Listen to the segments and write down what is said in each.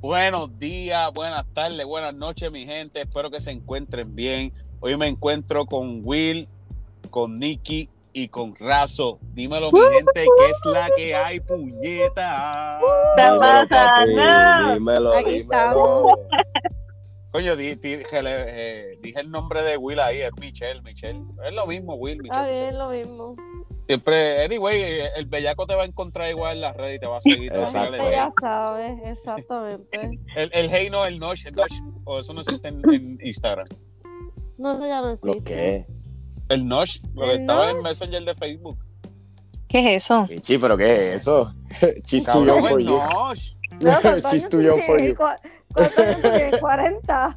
Buenos días, buenas tardes, buenas noches, mi gente. Espero que se encuentren bien. Hoy me encuentro con Will, con Nicky y con Razo. Dímelo, mi gente, que es la que hay, puñeta. Está pasando. Dímelo, Aquí dímelo. Coño, di- di- dije, le- eh, dije el nombre de Will ahí, es Michelle, Michelle. Es lo mismo, Will, Michelle. Está bien, Michelle. lo mismo. Siempre, anyway, eh, el bellaco te va a encontrar igual en las redes y te va a seguir. te va a tirar Exacto. el, Ya sabes, exactamente. hate. el, el hey no, el nosh, el nosh. O eso no existe en, en Instagram. No se llama ¿Lo así. qué? El nosh, lo que El estaba en Messenger de Facebook. ¿Qué es eso? Pichi, ¿pero qué es eso? She's too young Cabrón, pues, for el you. nosh. She's too young for you. ¿Cuántos años tienes? 40.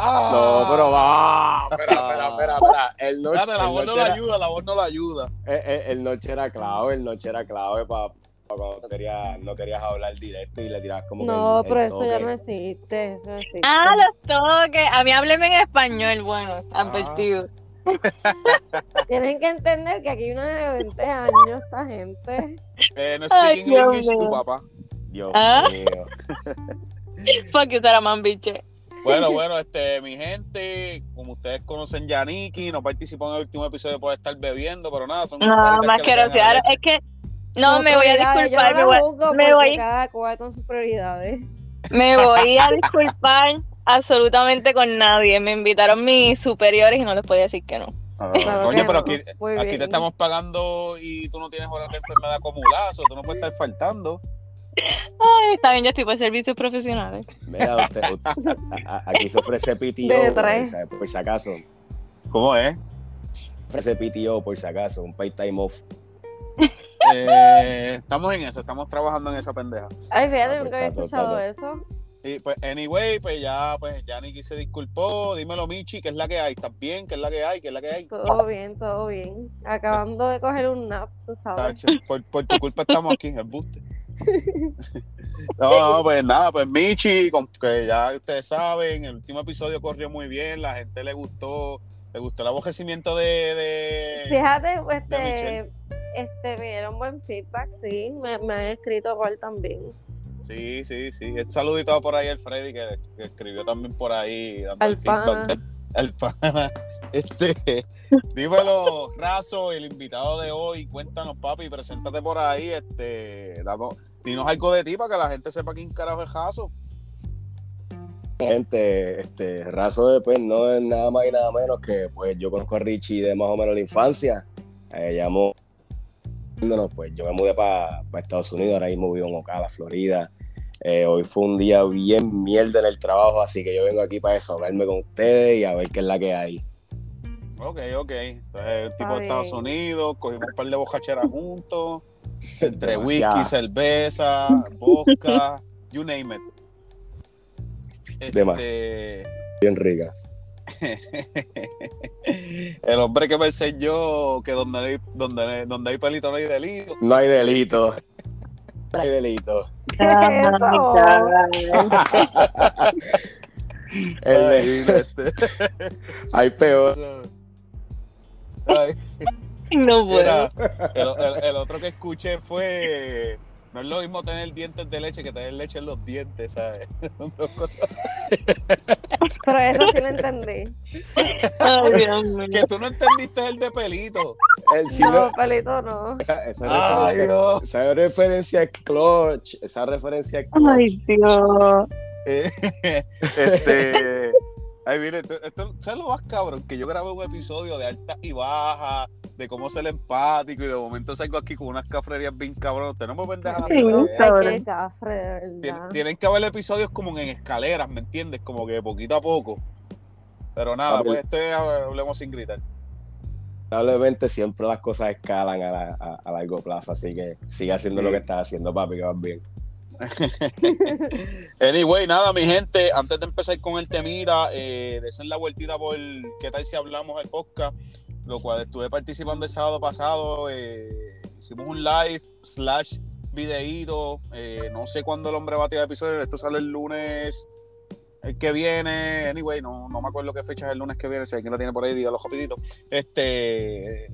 No, pero va. Ah. Espera, espera, espera, espera. El noche, Dale, la el voz no noche la era, ayuda, la voz no la ayuda. eh, eh, el noche era clave, el noche era clave para cuando querías, no querías hablar directo y le tirabas como No, que el- pero el eso ya toque. no existe. Eso no existe. Ah, los toques. A mí hábleme en español, bueno, advertido. Tienen que entender que aquí hay una de 20 años, esta gente. Eh, no Ay, speaking Dios English, tu mío. papá. Dios Ah. mío. Fuck you, Saramán, biche. Bueno, bueno, este, mi gente, como ustedes conocen, Yaniki no participó en el último episodio por estar bebiendo, pero nada, son No, caritas más le que pegan a la rociar. leche. Es que. No, me voy a Prioridades, disculpar. Yo Me no voy, la juzgo me porque voy. cada cual con sus prioridades. me voy a disculpar absolutamente con nadie. Me invitaron mis superiores y no les podía decir que no. Claro Coño, que pero no. aquí, Muy aquí bien. te estamos pagando y tú no tienes horas de enfermedad acumuladas, o tú no puedes estar faltando. Ay, está bien, yo estoy por servicios profesionales. Mira, usted, usted- a- a- aquí se ofrece PTO, De por, tres. si- por si acaso. ¿Cómo es? Ofrece PTO, por si acaso, un pay time off. Eh, estamos en eso, estamos trabajando en esa pendeja. Ay, fíjate, Ah, nunca había tato, escuchado tato. eso. Y pues, anyway, pues ya, pues Yaniki se disculpó. Dímelo, Michi, ¿qué es la que hay? ¿Estás bien? ¿Qué es la que hay? ¿Qué es la que hay? Todo bien, todo bien. Acabando de coger un nap, tú sabes. Tacho, por, por tu culpa estamos aquí en el buste. No, no, pues nada, pues Michi, con- que ya ustedes saben, el último episodio corrió muy bien, la gente le gustó, le gustó el abojecimiento de, Eh, de- Fíjate, Michelle. este, este, me dieron buen feedback, sí, me, me han escrito por también. Sí, sí, sí. El saludito por ahí al Freddy que, que escribió también por ahí. dando Al el feedback pana. de- Al pana. Este, dímelo, Razo, el invitado de hoy. Cuéntanos, papi, preséntate por ahí. Este, damos- dinos algo de ti para que la gente sepa quién carajo es Razo. Gente, este, Razo de, pues no es nada más y nada menos que pues yo conozco a Richie de más o menos la infancia. Eh, llamo, no, no, pues yo me mudé para Estados Unidos, ahora mismo vivo en Ocala, Florida. Eh, hoy fue un día bien mierda en el trabajo, así que yo vengo aquí para eso, hablarme con ustedes y a ver qué es la que hay. Ok, ok. Entonces, el tipo de bien. Estados Unidos, cogimos un par de bocacheras juntos, entre whisky, Demasiadas. cerveza, vodka, you name it. Este, Demás. Bien ricas. El hombre que pensé yo que donde hay, donde, donde hay pelito no hay delito. No hay delito. No hay delito. El de- Ay, mira este. hay peor. Ay, no puedo. mira, el, el- el otro que escuché fue. No es lo mismo tener dientes de leche que tener leche en los dientes, ¿sabes? Son dos cosas Pero eso sí lo entendí. Ay, Dios mío. Que tú no entendiste el de pelito. El si no- No, pelito no. esa, esa Ay, referencia- Dios. Esa referencia es clutch. Esa referencia es clutch. Ay, Dios. Eh, este. Ay, mire, esto, esto- ¿sabes lo más cabrón? Que yo grabé un episodio de alta y baja, de cómo ser empático, y de momento salgo aquí con unas cafrerías bien cabronas. Ustedes no me pueden dejar Sí, hacer la ¿no? idea. Ay, Cabrón. qué cafre, de Tien- verdad. Tienen que haber episodios como en escaleras, ¿me entiendes? Como que poquito a poco. Pero nada, Ah, pues pues- esto es hablemos sin gritar. Lamentablemente siempre las cosas escalan a, la- a- a largo plazo, así que sigue haciendo Sí. lo que estás haciendo, papi, que vas bien. Anyway, nada, mi gente, antes de empezar con el temita, eh, desen la vueltita por qué tal si hablamos el podcast, lo cual estuve participando el sábado pasado, eh, hicimos un live slash videíto, eh, no sé cuándo el hombre va a tirar episodio, esto sale el lunes el que viene, anyway, no, no me acuerdo qué fecha es el lunes que viene, si alguien lo tiene por ahí, dígalo rapidito, este...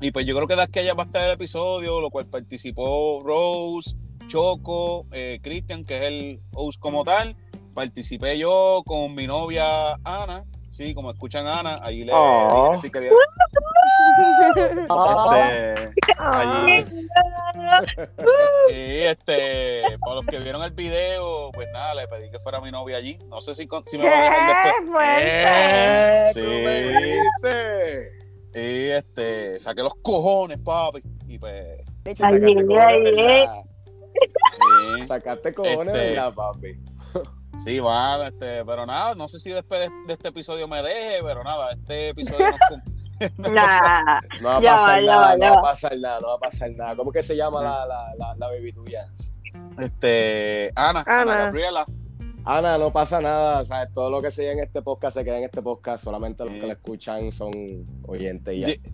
Y pues yo creo que de aquí a allá va a estar el episodio, lo cual participó Rose, Choco, eh, Cristian, que es el host como tal. Participé yo con mi novia Ana. Sí, como escuchan Ana, ahí le Oh. dije si quería. Ah, este, Ah, allí- y este, para los que vieron el video, pues nada, le pedí que fuera mi novia allí. No sé si, con- si me va a dejar después. ¡Qué fuerte! Sí. ¿Tú me dices? Y este, saqué los cojones, papi. Y pues. Leche, Ay, eh. sacaste ay, sí. cojones, ¿verdad? Sacaste cojones, ay. Este. ¿verdad, papi? Sí, bueno, este, pero nada, no sé si después de, de este episodio me deje, pero nada, este episodio nos cum- Nah. No va a Ya va, pasar ya nada, va, no ya va a va. pasar nada, no va a pasar nada. ¿Cómo que se llama la, la, la, la baby tuya? este, Ana, Ana, Ana. Gabriela, Ana, no pasa nada, ¿sabes? Todo lo que se diga en este podcast se queda en este podcast, solamente los Sí. que lo escuchan son oyentes y ya. Eh. Di-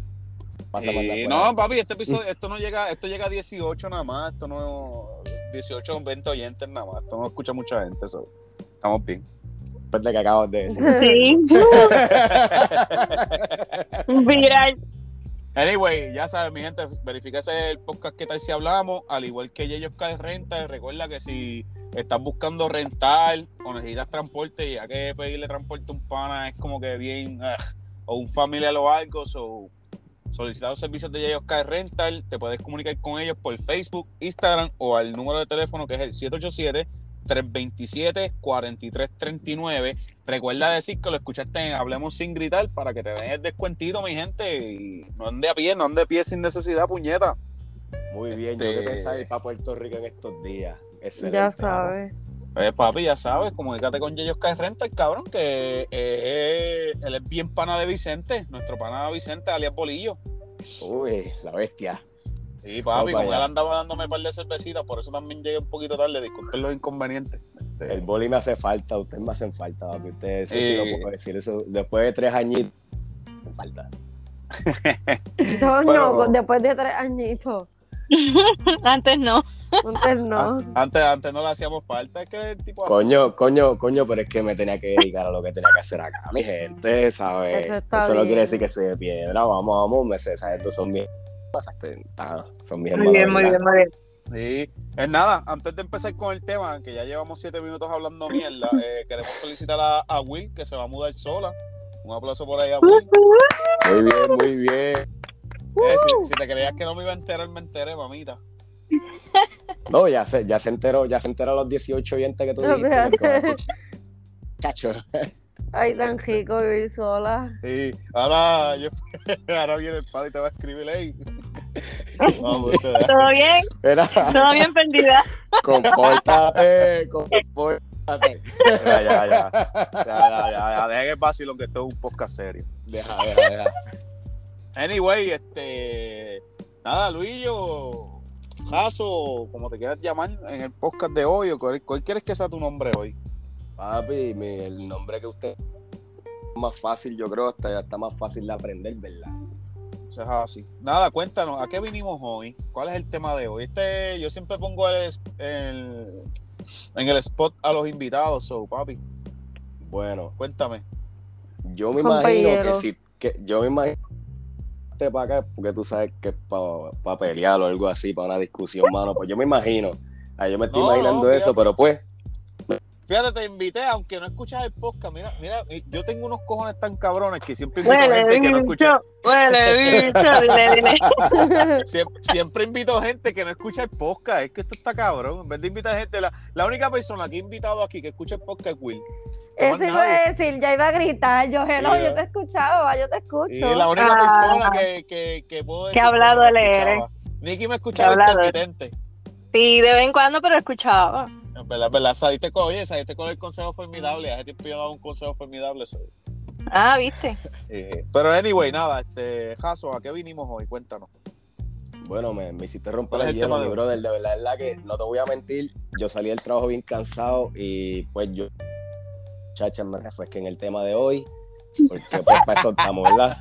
Pasa Eh, por la fuera. no, papi, este episodio, esto no llega, esto llega a 18 nada más, esto no 18 con 20 oyentes nada más, esto no escucha mucha gente, eso. Estamos bien. Después de que acabas de decir. Sí. Viral. Anyway, ya saben, mi gente, verificase el podcast que tal si hablamos, al igual que ellos caen renta, recuerda que si estás buscando rentar o necesitas transporte, ya que pedirle transporte a un pana es como que bien, ugh, o un familiar o algo, so, solicitar los servicios de ellos caen rental, te puedes comunicar con ellos por Facebook, Instagram o al número de teléfono que es el 787 327 4339 Recuerda decir que lo escuchaste en Hablemos Sin Gritar para que te den el descuentito, mi gente. Y no ande a pie, no ande a pie sin necesidad, puñeta. Muy bien, yo Este- que pensaba ir para Puerto Rico en estos días. Excelente. Ya sabes. Eh, papi, ya sabes, comunícate con Yeyos Caes Renta, el cabrón, que eh, eh, él es bien pana de Vicente, nuestro pana Vicente, alias Bolillo. Uy, la bestia. Sí, papi, Vamos como allá. él andaba dándome un par de cervecitas, por eso también llegué un poquito tarde, disculpen los inconvenientes. Este, El boli me hace falta, ustedes me hacen falta, papi. Ustedes, eso sí Eh. lo puedo decir. Eso, después de tres añitos, me hacen falta. No, Pero- no, después de tres añitos. Antes no. Antes no. antes, antes no le hacíamos falta, es que el tipo así. Coño, coño, coño, pero es que me tenía que dedicar a lo que tenía que hacer acá, mi gente, ¿sabes? Eso Eso, está no bien. quiere decir que soy de piedra, vamos, vamos, me sé, ¿sabes? Estos son mis. Está, son mis Muy bien, hermanos, ¿verdad? muy bien, muy bien. Sí, es nada, antes de empezar con el tema, que ya llevamos siete minutos hablando mierda, eh, queremos felicitar a, a Will, que se va a mudar sola. Un aplauso por ahí a Will. Muy bien, muy bien. Eh, si, si te creías que no me iba a enterar, me enteré, mamita. No, ya se, ya se enteró, ya se enteró los 18 oyentes que tú No, dijiste. fíjate. que van a escuchar. Chacho. Ay, tan rico vivir sola. Sí, ahora, yo- ahora viene el padre y te va a escribir ahí. Vamos, te da. ¿Todo bien? Era, ¿Todo bien, perdida? compórtate, compórtate. ya, ya, ya, ya, ya, ya, ya, dejen el vacilón que esto es un podcast serio. Deja, deja, deja. Anyway, este, nada, Luillo, Jaso, como te quieras llamar en el podcast de hoy, o cuál, cuál quieres que sea tu nombre hoy. Papi, mi- el nombre que usted más fácil, yo creo, está, está más fácil de aprender, ¿verdad? Eso es así. Nada, cuéntanos, ¿a qué vinimos hoy? ¿Cuál es el tema de hoy? Este, yo siempre pongo el, es- el- en el spot a los invitados, so, papi, Bueno, cuéntame. yo me imagino Compañero. que si que yo me imagino que este para acá, porque tú sabes que es para pelear o algo así, para una discusión, mano. Pues yo me imagino. Ah, yo me estoy No, imaginando no, eso, fíjate. pero pues, Fíjate, te invité, aunque no escuchas el podcast, mira, mira, y yo tengo unos cojones tan cabrones que siempre invito Huele, gente que no escucha, bicho. Huele, bicho. Dile, dile. siem- siempre, invito gente que no escucha el podcast, es que esto está cabrón, en vez de invitar gente, la, la única persona que he invitado aquí que escucha el podcast es Will. No más Eso iba nadie. a decir, ya iba a gritar. Yo, hello, Sí, yo ¿no? te escuchaba, yo te escucho. Y es la única Ah. persona que, que, que puedo decir Que ha hablado no él, eh. escuchaba. Nicky me escuchaba Que ha hablado él. intermitente. Sí, de vez en cuando, pero escuchaba. En verdad, en verdad, saliste con, oye, saliste con el consejo formidable. Hace tiempo yo daba un consejo formidable. so. Ah, viste. Eh, pero anyway, nada, este, Jaso, ¿a qué vinimos hoy? Cuéntanos. bueno, me, me hiciste ¿Cuál romper es el el tema hielo, de mi hoy? brother. De verdad, es la que no te voy a mentir. Yo salí del trabajo bien cansado y pues yo, muchachas, me refresqué en el tema de hoy. Porque pues para eso estamos, ¿verdad?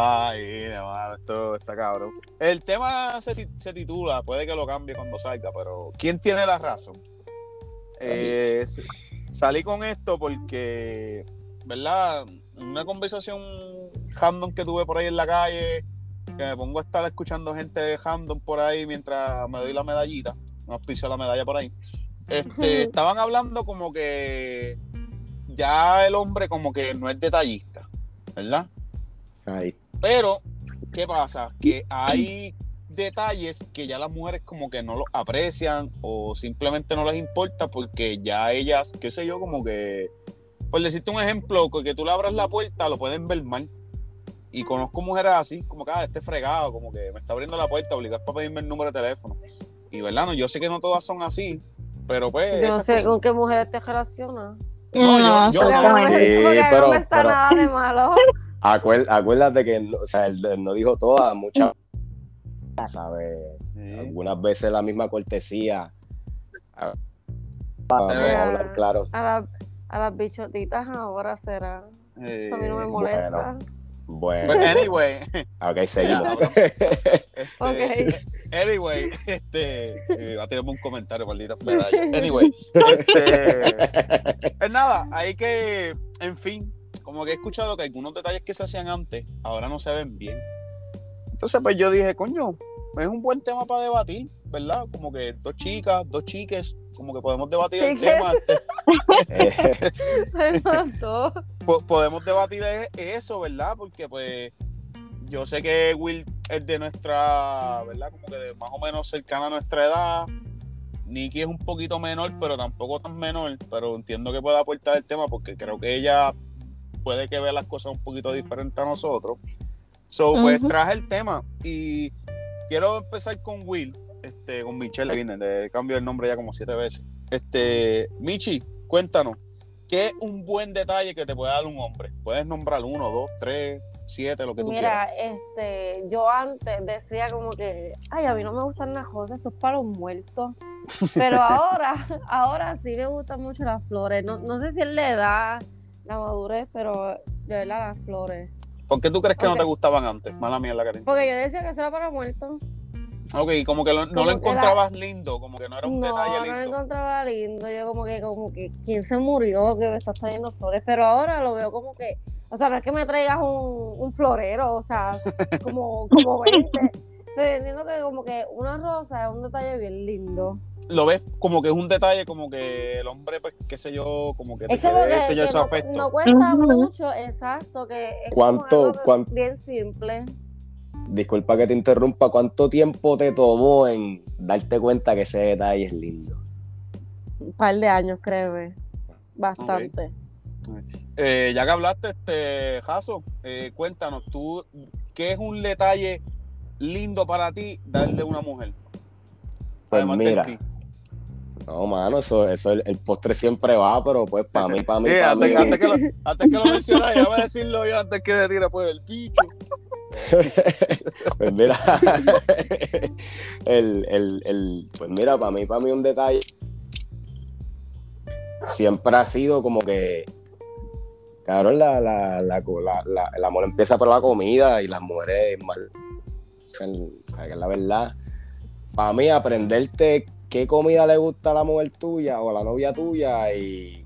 Ay, de mano, esto está cabrón. El tema se, ti- se titula, puede que lo cambie cuando salga, pero ¿quién tiene la razón? Eh, s- salí con esto porque, ¿verdad? Una conversación random que tuve por ahí en la calle, que me pongo a estar escuchando gente random por ahí mientras me doy la medallita. nos pisó la medalla por ahí. Este, estaban hablando como que ya el hombre como que no es detallista, ¿verdad? Ay, Pero, ¿qué pasa? Que hay detalles que ya las mujeres como que no los aprecian o simplemente no les importa porque ya ellas, qué sé yo, como que, por decirte un ejemplo, que tú le abras la puerta, lo pueden ver mal. Y conozco mujeres así, como que, ah, este fregado, como que me está abriendo la puerta, obligas para pedirme el número de teléfono. Y verdad, no, yo sé que no todas son así, pero pues... Yo no esas sé cosas- con qué mujeres te relacionas. No, yo- yo Porque no, eh. a lo mejor- sí, porque a mí pero- no está pero- nada de malo. acuer- acuérdate que no, o sea, él él no dijo todas, muchas, ¿sabes? uh, Sí. Algunas veces la misma cortesía. Ah, Se Vamos ve. a hablar claro. A, la- a las bichotitas ahora será. Eso a mí no me Eh, molesta. Bueno, But anyway, ok, seguimos. este, Ok. Anyway, este. eh, va a tirarme un comentario, maldita medalla. Anyway, este. Es nada, hay que. En fin, como que he escuchado que algunos detalles que se hacían antes ahora no se ven bien. Entonces, pues yo dije, coño, es un buen tema para debatir, ¿verdad? Como que dos chicas, dos chiques, como que podemos debatir el Chiques. tema. este, Eh, Me mató. po- podemos debatir e- eso, ¿verdad? Porque pues yo sé que Will es de nuestra, ¿verdad? Como que de más o menos cercana a nuestra edad. Nikki es un poquito menor, pero tampoco tan menor. Pero entiendo que puede aportar el tema porque creo que ella puede que vea las cosas un poquito diferente a nosotros. So, pues Ujú. traje el tema y quiero empezar con Will, este, con Michelle Levine, le cambio el nombre ya como siete veces. Este, Michi, cuéntanos, ¿qué es un buen detalle que te puede dar un hombre? Puedes nombrar uno, dos, tres, siete, lo que tú quieras. Mira, este, yo antes decía como que, ay, a mí no me gustan las cosas, eso es para los muertos. Pero ahora, ahora sí me gustan mucho las flores. No, no sé si es la edad, la madurez, pero de verdad las flores. ¿Por qué tú crees que Ok. Pues, no te gustaban antes? Mala mía, la Karen. Porque yo decía que eso era para muertos. Ok, como que lo- no Como lo que encontrabas lindo, como que no era un No, detalle no lo lindo. encontraba lindo. Yo como que, como que, ¿quién se murió que me está trayendo flores? Pero ahora lo veo como que, o sea, no es que me traigas un, un florero, o sea, como, como 20. Pero entiendo que como que una rosa es un detalle bien lindo. lo ves como que es un detalle, como que el hombre, pues, qué sé yo, como que te Es como quiere que, ese, que ya ese no, afecto. no cuesta Ujú. mucho, exacto, que es como ¿Cuánto- algo que- cuán- bien simple. disculpa que te interrumpa, ¿cuánto tiempo te tomó en darte cuenta que ese detalle es lindo? Un par de años, créeme. Bastante. Eh, ya que hablaste, este, Jaso, eh, cuéntanos, tú, ¿qué es un detalle lindo para ti darle a una mujer? Pues Además del mira, pi. no, mano, eso, eso el, el postre siempre va, pero pues para mí, para mí, Eh, para mí. antes, antes que lo, antes que lo mencionas, ya voy a decirlo yo antes que le tire pues el picho. Pues mira, el, el, el, pues mira, para mí, para mí un detalle siempre ha sido como que, claro, la, la, la, co- la, la- el amor empieza por la comida y las mujeres, mal, el- o sea, que es la verdad. Para mí, aprenderte qué comida le gusta a la mujer tuya o a la novia tuya y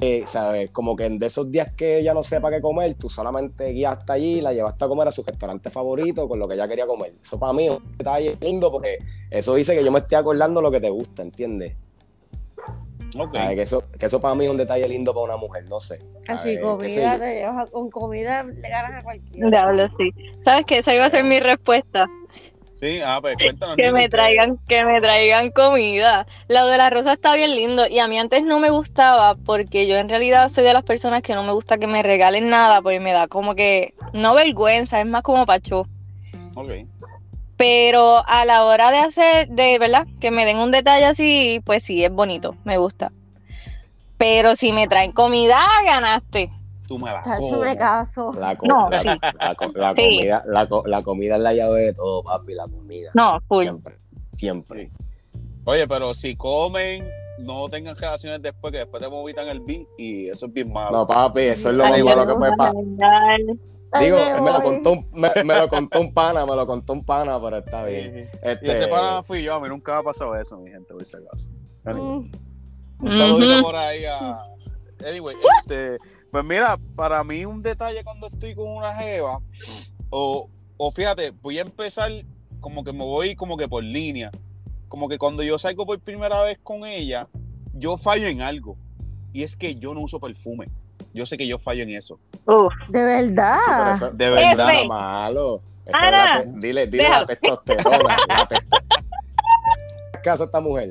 eh, ¿sabes? Como que en de esos días que ella no sepa qué comer, tú solamente guías hasta allí, la llevaste a comer a su restaurante favorito con lo que ella quería comer. Eso para mí es un detalle lindo porque eso dice que yo me estoy acordando lo que te gusta, ¿entiendes? Ok. ¿Sabes? Que, eso, que eso para mí es un detalle lindo para una mujer, no sé. Así, Ah, ¿Sabes? ¿Qué sé comida, yo? te llevas a- con comida le ganas a cualquiera. Diablo, sí. ¿Sabes qué? Esa iba a ser mi respuesta. Sí, ah, pues cuéntanos. Que Nico, me traigan, que me traigan comida. Lo de la rosa está bien lindo y a mí antes no me gustaba porque yo en realidad soy de las personas que no me gusta que me regalen nada porque me da como que, no vergüenza, es más como pacho. Ok. Pero a la hora de hacer, de verdad, que me den un detalle así, pues sí, es bonito, me gusta. Pero si me traen comida, ah, ganaste. Tú me la Tacho, comes. me caso. La, co- No, la- sí. la co- la Sí. comida, la, co- la comida es la llave de todo, papi, la comida. No, full. Siempre, siempre. Oye, pero si comen, no tengan relaciones después, que después te movitan el bi y eso es bien malo. No, papi, eso es lo A mí más me malo que puede gusta pasar. regalar. Ay, Digo, me me lo, voy. contó un, me, me lo contó un pana, me lo contó un pana, pero está bien. Y- Este, Y ese pana fui yo, a mí nunca me ha pasado eso, mi gente, por si acaso. Anyway, Mm. Un saludito Ujú. por ahí a... Anyway, este, pues mira, para mí un detalle cuando estoy con una jeva, o, o fíjate, voy a empezar como que me voy como que por línea. como que cuando yo salgo por primera vez con ella, yo fallo en algo. Y es que yo no uso perfume. Yo sé que yo fallo en eso. Uf. De verdad. eso, De eso verdad. era malo. Eso Ana, era pe- dile, dile la déjalo. testosterona. la testosterona. Casa esta mujer.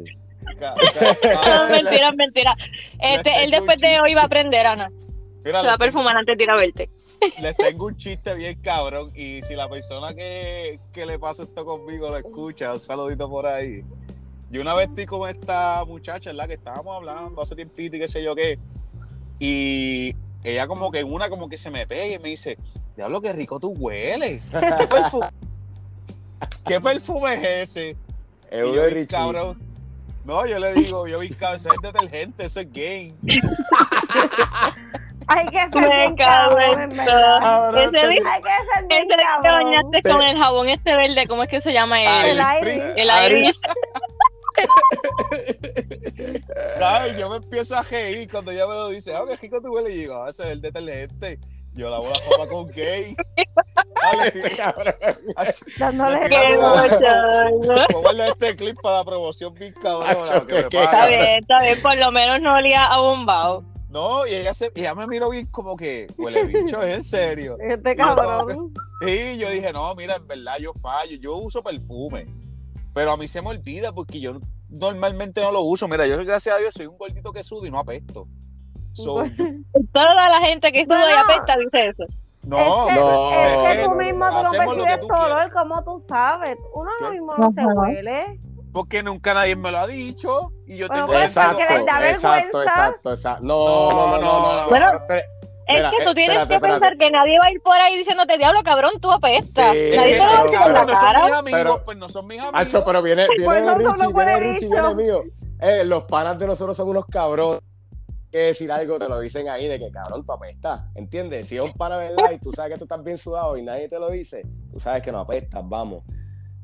Ca- ca- ca- No, mentira, mentira. Este, él después de hoy va a aprender, Ana. Mira, Se va les, a perfumar antes de ir a verte. les tengo un chiste bien cabrón. Y si la persona que, que le pasa esto conmigo lo escucha, un saludito por ahí. Yo una vez estoy con esta muchacha, ¿verdad? Que estábamos hablando hace tiempito y qué sé yo qué. Y ella como que en una como que se me pega y me dice, diablo, qué rico tú hueles. ¿Qué perfume, ¿Qué perfume es ese? Y yo Eude bien Richie. cabrón. No, yo le digo, yo bien cabrón, eso es detergente, eso es gay. Hay que ser Me bien cago cabrón, en en verdad. todo. Este Cabrón, Ese te- día Hay que ser que bien te cabrón. bañaste con el jabón este verde, ¿cómo es que se llama Ay, El él? Iris Iris. El Iris. Ay, yo me empiezo a reír cuando ella me lo dice, ah, qué rico tú hueles. Y digo, "Ah, ese es el detergente. Yo lavo la ropa con gay. Ah, le estoy- Cabrón. Dándole Qué Qué bochorno. Voy a guardar este clip para la promoción bien cabrona. Acho, que me que- pagan. Está bien, está bien, por lo menos no olía a bombao. No, y ella, se, y ella me miró bien como que, huele bicho, es en serio. Este cabrón. Y yo dije, no, mira, en verdad yo fallo, yo uso perfume, pero a mí se me olvida porque yo normalmente no lo uso. Mira, yo gracias a Dios soy un gordito que sudo y no apesto. So, yo- Toda la gente que estuvo ahí Bueno. apesta dice eso. no, es que, no, es que tú no, mismo tú no hacemos lo que percibes tú tu olor, quieras. como tú sabes. Uno ¿Qué? lo mismo no se Ajá. huele. porque nunca nadie me lo ha dicho y yo Bueno, tengo pues, sentido- Exacto, porque les da exacto, vergüenza. exacto, exacto. No, no, no, no. no, Bueno, eso te- Es Espera, que tú eh, tienes espérate, que espérate. pensar que nadie va a ir por ahí diciéndote, diablo cabrón, tú apestas. Sí, Es nadie que, te lo va a pero, decir en la cabrón, no son mis cara. amigos, Pero- pues no son mis amigos. Acho, pero viene, viene Pues no, no, Richie, no viene puede Richie, dicho. viene mío. Eh, los panas de nosotros son unos cabrones. Que decir algo, te lo dicen ahí de que cabrón, tú apestas. ¿Entiendes? Si es un pana verdad y tú sabes que tú estás bien sudado y nadie te lo dice, tú sabes que no apestas, vamos.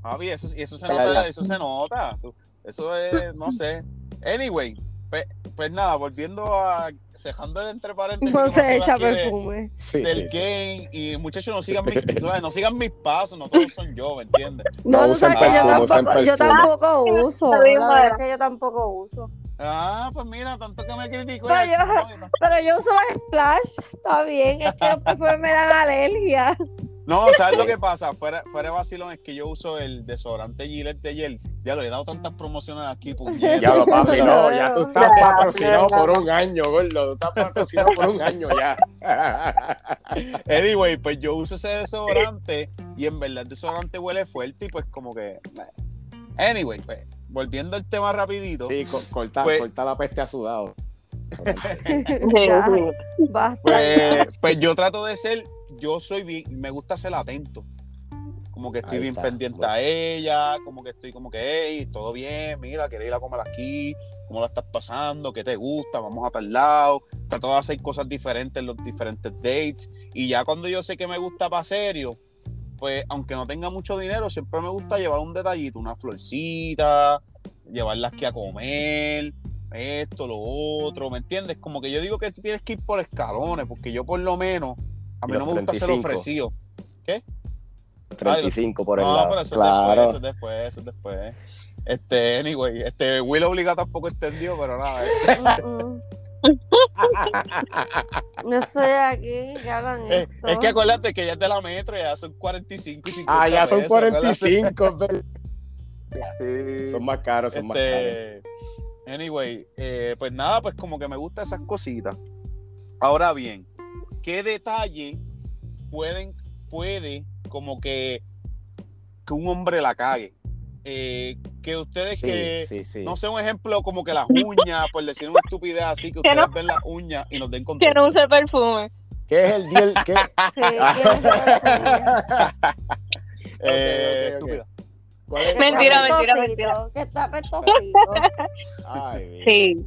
Javi, eso, eso se Claro. nota, eso se nota. Eso es, no sé. Anyway, pe- pues, nada, volviendo a, cerrando el entre paréntesis. No que se pasó echa aquí de- perfume. Sí, del sí, sí. game y muchachos no sigan mis, tú sabes, no sigan mis pasos, no todos son yo, ¿me entiendes? No, tú usen sabes que yo perfume, usen tampoco, Ah, yo perfume. tampoco uso. Está bien, La verdad madre. es que yo tampoco uso. Ah, pues mira, tanto que me critico. Pero ya, Pues, yo- no, no. Pero yo uso las splash, está bien. Es que los perfumes me dan alergia. No, ¿sabes lo que pasa? Fuera, fuera de vacilón es que yo uso el desodorante Gillette de Yel. Ya lo he dado tantas promociones aquí, puñeta. Ya lo papi, no, ya tú estás Ya, patrocinado ya. por un año, gordo. Tú estás patrocinado por un año ya. Anyway, pues yo uso ese desodorante y en verdad el desodorante huele fuerte y pues como que... eh. Anyway, pues volviendo al tema rapidito. Sí, co- corta, Pues- corta la peste a sudado. Ya, basta. Pues, pues yo trato de ser, yo soy bien, me gusta ser atento. Como que estoy Ahí bien está, pendiente bueno. a ella, como que estoy como que, hey, todo bien, mira, quieres ir a comer aquí, cómo la estás pasando, qué te gusta, vamos a tal lado. Trato de hacer cosas diferentes en los diferentes dates. Y ya cuando yo sé que me gusta para serio, pues aunque no tenga mucho dinero, siempre me gusta llevar un detallito, una florcita, llevarlas que a comer, esto, lo otro, ¿me entiendes? Como que yo digo que tú tienes que ir por escalones, porque yo por lo menos, a mí Y no los me gusta ser 35. ofrecido. 35 por el No, lado. pero eso claro. es después, eso es después, eso es después. Este, anyway, este, Will Obliga tampoco entendió, pero nada. eh. Mm. No estoy aquí, que hagan Eh, esto. es que acuérdate que ya es de la metro, ya son 45 y 50 Ah, ya son pesos, acuérdate. 45, es verdad. Sí. Son más caros, pues son más caros. Este, anyway, eh, pues nada, pues como que me gustan esas cositas. Ahora bien, ¿qué detalle pueden, puede como que, que un hombre la cague? Eh, que ustedes que, Sí, sí, sí. no sé, un ejemplo como que las uñas, por decir una estupidez así, que Que ustedes no- ven las uñas y nos den Que no contexto. use perfume. ¿Qué es el deal? ¿Qué? Sí, tienes razón. Eh, Ok, ok, ok. estúpida. ¿Cuál es? Mentira, Está mentira, apestosito, mentira. Que está apestosito. Ay, mira. Sí.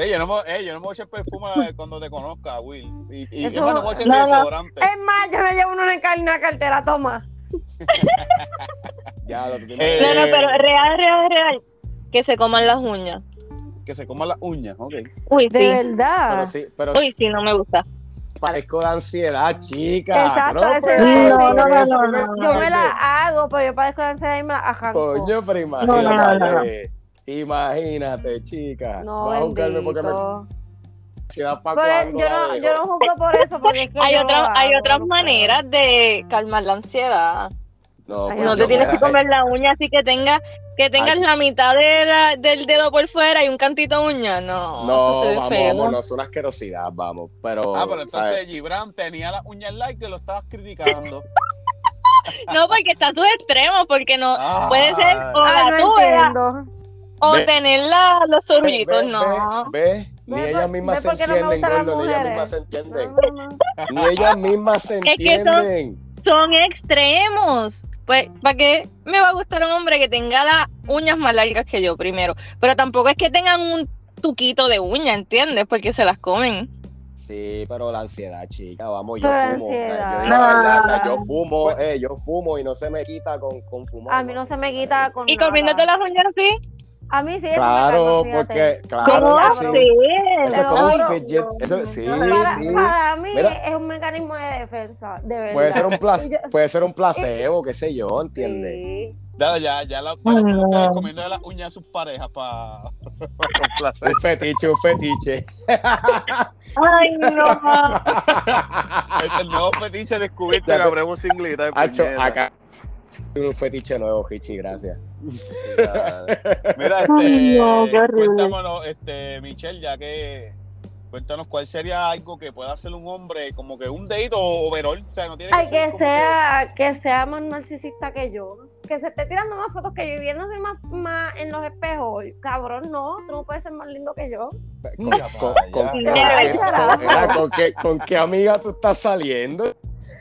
Eh, yo no me, eh, yo no me voy a echar perfume cuando te conozca, Will. Y, y Eso- es más, no me voy a echar no, no. desodorante. Es más, yo me llevo uno en cal- una cartera, toma. Ya, lo que Eh, No, no, pero real, real, real. Que se coman las uñas. Que se coman las uñas, ok. Uy, De sí. verdad. pero sí, pero Uy, sí, no me gusta. parezco de ansiedad, chica. Exacto, No, ese es- pero- pero no, no, no, eso que no, Yo me imagínate. la hago, pero yo padezco de ansiedad y me la ajanco. Coño, pero no, imagínate. no, Imagínate, chica. No, Vas a buscarme porque me bendito. ansiedad para Pero eh, cuando yo la no, dejo. yo no juzgo por eso, porque es que Hay yo lo otras, hay hago, otras no puedo. maneras de calmar la ansiedad. No, Ay, pues No yo te tienes me- que comer la uña así que tenga, que tengas Ay. la mitad de la- del dedo por fuera y un cantito de uña. No, eso No, se ve vamos, feo. vamos, no es una asquerosidad, vamos. Pero, Ah, pero entonces ¿sabes? Gibran tenía las uñas largas y lo estabas criticando. No, porque está a sus extremos, porque no Ah. puede ser o Ah, la no tuya entiendo. o Ve- tener la- los Ve, zorrillitos, ve, ve, no. ve, ni Ve por- ellas mismas ve se por qué no me entienden, gustan las gordo, ni ellas mujeres. mismas se No, entienden. no, no. Ni ellas mismas se Es que son- entienden. Son extremos. Pues, ¿para qué me va a gustar un hombre que tenga las uñas más largas que yo primero? Pero tampoco es que tengan un tuquito de uña, ¿entiendes? Porque se las comen. Sí, pero la ansiedad, chica, vamos, yo Pero la fumo. o sea, Yo ansiedad. digo la verdad, o sea, Ah. yo fumo, eh, yo fumo y no se me quita con, con fumar. A mí no se me quita con Y nada. comiéndote las uñas así. A mí sí. eso me Claro, calma, fíjate. porque, claro ¿Cómo que así? Ah, sí. Eso Te es lo como un juro. fidget. Eso, sí, Para, sí. para mí Mira. es un mecanismo de defensa, de verdad. Puede ser un Y yo- placebo, puede ser un placebo, qué sé yo, ¿entiendes? Sí. Ya, ya, ya la Ay, no. ustedes comiendo las uñas a sus parejas para complacer. Un fetiche, un fetiche. Ay, no. Este nuevo fetiche descubierto Ya, que habremos singlita de Hacho, puñeta. acá. Un fetiche nuevo, Hichi, gracias. Mira, Ay, este, no, qué horrible. cuéntanos, este, Michelle, ya que cuéntanos cuál sería algo que pueda hacer un hombre, como que un dedito o overall, o sea, no tiene que Ay, ser que como sea, que sea más narcisista que yo. Que se esté tirando más fotos que yo y viéndose más, más en los espejos. Cabrón, no, tú no puedes ser más lindo que yo. Con, Ah, Ya, con- vaya. con- Sí, con- ya, ya. Mira, ¿con qué, ¿Con qué amiga tú estás saliendo?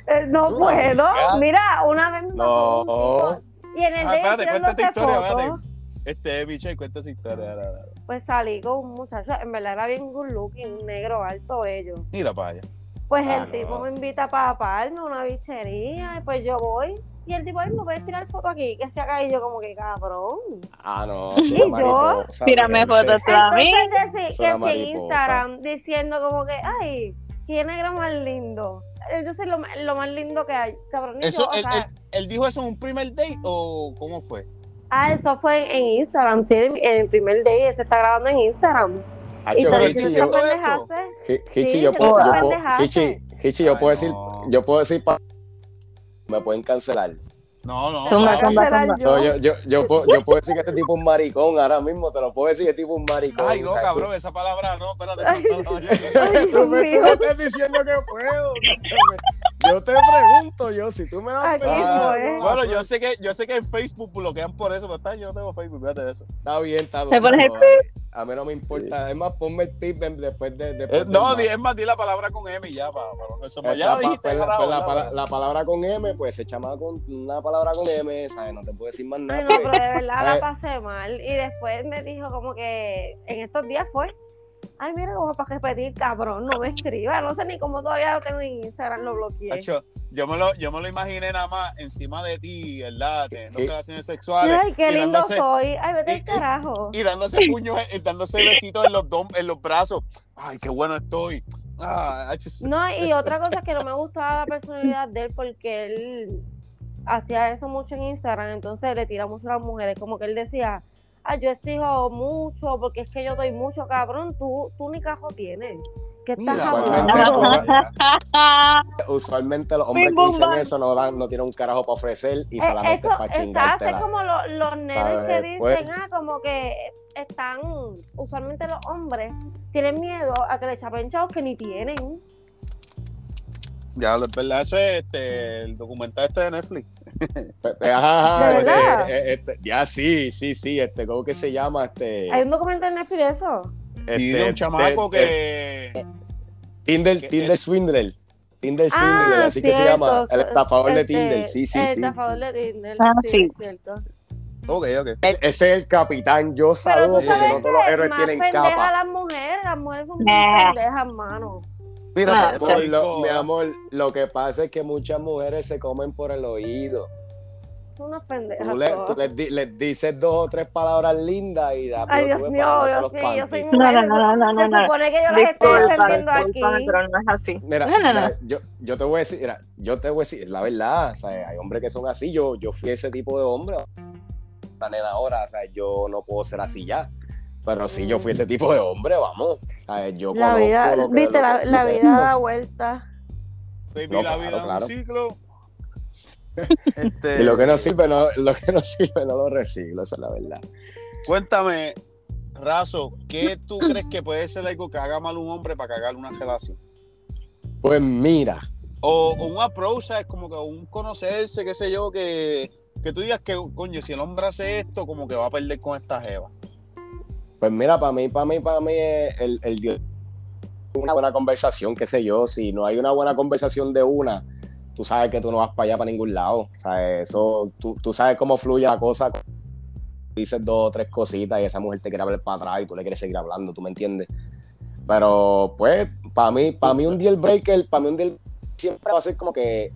Eh, no Tú, puedo. amiga. Mira, una vez me pasó No. un tipo y en el Ah, día espérate, cuenta tirándose esta historia, fotos, espérate. Este, Michelle, cuenta esa historia. dale, dale. pues salí con un muchacho, en verdad era bien good looking, negro, alto, bello. Mira para allá. Pues Ah, el tipo no. me invita para Palma, una bichería, y pues yo voy. Y el tipo, ay, me puedes tirar foto aquí, que se haga. Y yo, como que cabrón. Ah, no. ¿Y yo? Tírame fotos tú a mí. Entonces, que sí, Soy que una sí, mariposa. Instagram diciendo, como que, ay, qué negro más lindo. Eh, Yo soy lo, ma- lo más lindo que hay, cabrón. Y yo, Eso, o él, sea, él- él dijo eso en un primer date o cómo fue? ah, eso fue en, en Instagram, sí, en, en el primer día, se está grabando en Instagram. y Hacho, pero pero él si Hichi, no dice Ah, yo, son todo eso. pendejadas, Hi- Hichi, Sí, yo que puedo, no yo son puedo, pendejadas. Hichi, Hichi, yo Ay, puedo no. decir, yo puedo decir, pa- me pueden cancelar. No, no. Son no, una no. comba- cancelar comba. yo. So, yo, yo, yo, puedo, yo puedo decir que este tipo es un maricón ahora mismo, te lo puedo decir que este tipo es un maricón. Ay, no, o sea, tú- cabrón, esa palabra no, espérate. esa palabra- Ay, Dios Tú me, tú mío. me estás diciendo que puedo. cabrón. Yo te pregunto, yo, si tú me das Aquí permiso, estoy. no la Ah, Bueno, suelto. yo sé que yo sé que en Facebook bloquean por eso, pero está, yo no tengo Facebook, fíjate de eso. Está bien, está Te bien. pones el no, a, a mí no me importa. Es más, ponme el pip en- después de. Después Eh, no, del di- es más, di la palabra con M y ya, para, para eso. mar. ya Esa lo pa- dijiste, pues la, carajo, pues la ¿verdad? pala- la palabra con M, pues se llama con una palabra con M, ¿sabes? No te puedo decir más nada. Ay, no, pero porque- de verdad Eh. la pasé mal. Y después me dijo como que en estos días fue. Ay, mira, como para repetir, cabrón, no me escriba. No sé ni cómo todavía lo tengo en Instagram, lo bloqueé. Hacho, yo me lo, yo me lo imaginé nada más encima de ti, ¿verdad? Teniendo Sí. relaciones sexuales. Ay, qué y lindo dándose, soy. Ay, vete y- al carajo. y dándose puños, eh, dándose besitos en los dom- en los brazos. Ay, qué bueno estoy. Ah, hacho, No, y otra cosa es que no me gustaba la personalidad de él porque él hacía eso mucho en Instagram, entonces le tira mucho a las mujeres, como que él decía, ah, yo exijo mucho porque es que yo doy mucho, cabrón, tú, tú ni cajo tienes. ¿Qué estás mira, hablando? Usualmente, mano, mira. Ah, usualmente los hombres que Bing, dicen bang. eso no, dan- no tienen un carajo para ofrecer y Eh, solamente esto- para exacto, es chingártela. como lo- los nenes que ¿Sabes? Pues- dicen, ah, como que están, usualmente los hombres tienen miedo a que le chapen chavos que ni tienen. Ya, es verdad, ese es este, el documental este de Netflix. Pe- pe- ajá, ajá, ¿De este, verdad? Mm. eh, este, ya sí, sí, sí, este, ¿cómo que se llama? Este, Hay un documental en Netflix de eso. y este, de un chamaco de- de- que. Tinder, que- Tinder Swindler. Tinder Ah, Swindler, así que se cierto, llama. El estafador de este, Tinder, sí, sí, El sí. estafador de Tinder, Ah, sí, sí. es cierto. Ok, ok. Ese es el capitán. Yo Pero saludo tú porque sabes no todos los que héroes más tienen pendeja capa. las mujeres, las mujeres son Nah. bien pendejas, mano. Mira, pues, este Ah, pero- Por lo- mi amor, lo que pasa es que muchas mujeres se comen por el oído. Son unos pendejos. Tú, le- tú les, di- les dices dos o tres palabras lindas y da, Ay, pero Dios tú ves mío, para Dios los mío, yo panties. soy No, mujer. no, no, no, no, Se no. supone que yo las estoy defendiendo Disculpa, aquí. disculpa, pero no es así. Mira, No, no, mira, Yo, yo te voy a decir, mira, yo te voy a decir, es la verdad, o sea, hay hombres que son así, yo, yo fui ese tipo de hombre, la nena ahora, o sea, yo no puedo ser así ya, pero si yo fui ese tipo de hombre, vamos, a ver, yo La conozco vida, lo que- viste, lo la, que- la lo que- vida da vuelta. Baby, No, la claro, vida es claro. un ciclo. Este, Y lo que no sirve, no, lo que no sirve no lo reciclo, esa es la verdad. Cuéntame, Razo, ¿qué tú crees que puede ser algo que haga mal un hombre para cagar una relación? Pues mira, O, o un approach, ¿sabes? Como que un conocerse, qué sé yo, que, que tú digas que, coño, si el hombre hace esto, como que va a perder con esta jeva. Pues mira, para mí, para mí, para mí, eh, el, el Dios- una buena conversación, qué sé yo, si no hay una buena conversación de una, tú sabes que tú no vas para allá, para ningún lado, o sea, eso, tú, tú sabes cómo fluye la cosa, dices dos o tres cositas y esa mujer te quiere hablar para atrás y tú le quieres seguir hablando, ¿tú me entiendes? Pero, pues, para mí, para mí un deal breaker, para mí un deal breaker siempre va a ser como que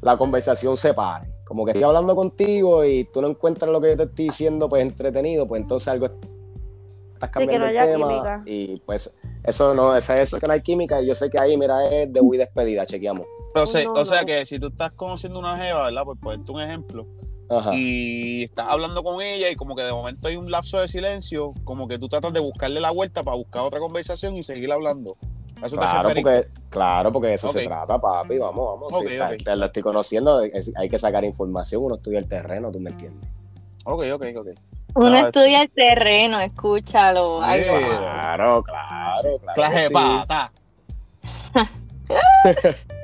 la conversación se pare, como que estoy hablando contigo y tú no encuentras lo que yo te estoy diciendo, pues, entretenido, pues, entonces algo estás que no cambiando haya el tema química. y, pues, eso no, es eso que no hay química y yo sé que ahí, mira, es de muy despedida, chequeamos. O sea, no, o sea no. que si tú estás conociendo una jeva, ¿verdad? Por ponerte un ejemplo, Ajá. y estás hablando con ella y como que de momento hay un lapso de silencio, como que tú tratas de buscarle la vuelta para buscar otra conversación y seguir hablando. ¿A Eso te Claro referís? porque, claro, porque de eso Ok. se trata, papi. Vamos, vamos. Ok, sí, o sea, ok. Te lo estoy conociendo, es- hay que sacar información, uno estudia el terreno, tú me entiendes. Ok, ok, ok. Uno Ah, estudia el terreno, escúchalo. Ay, Sí. guau. Claro, claro, claro. Clase que de sí. pata.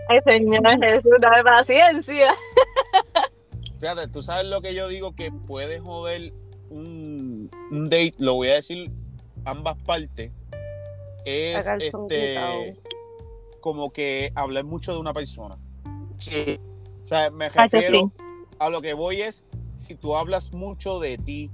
Ay, Señor Jesús, dame paciencia. Fíjate, tú sabes lo que yo digo que puede joder un, un date, lo voy a decir ambas partes. Es Sacar este sonquitao. como que hablar mucho de una persona. Sí. O sea, me Ah, Cacho, refiero a lo que voy es si tú hablas mucho de ti.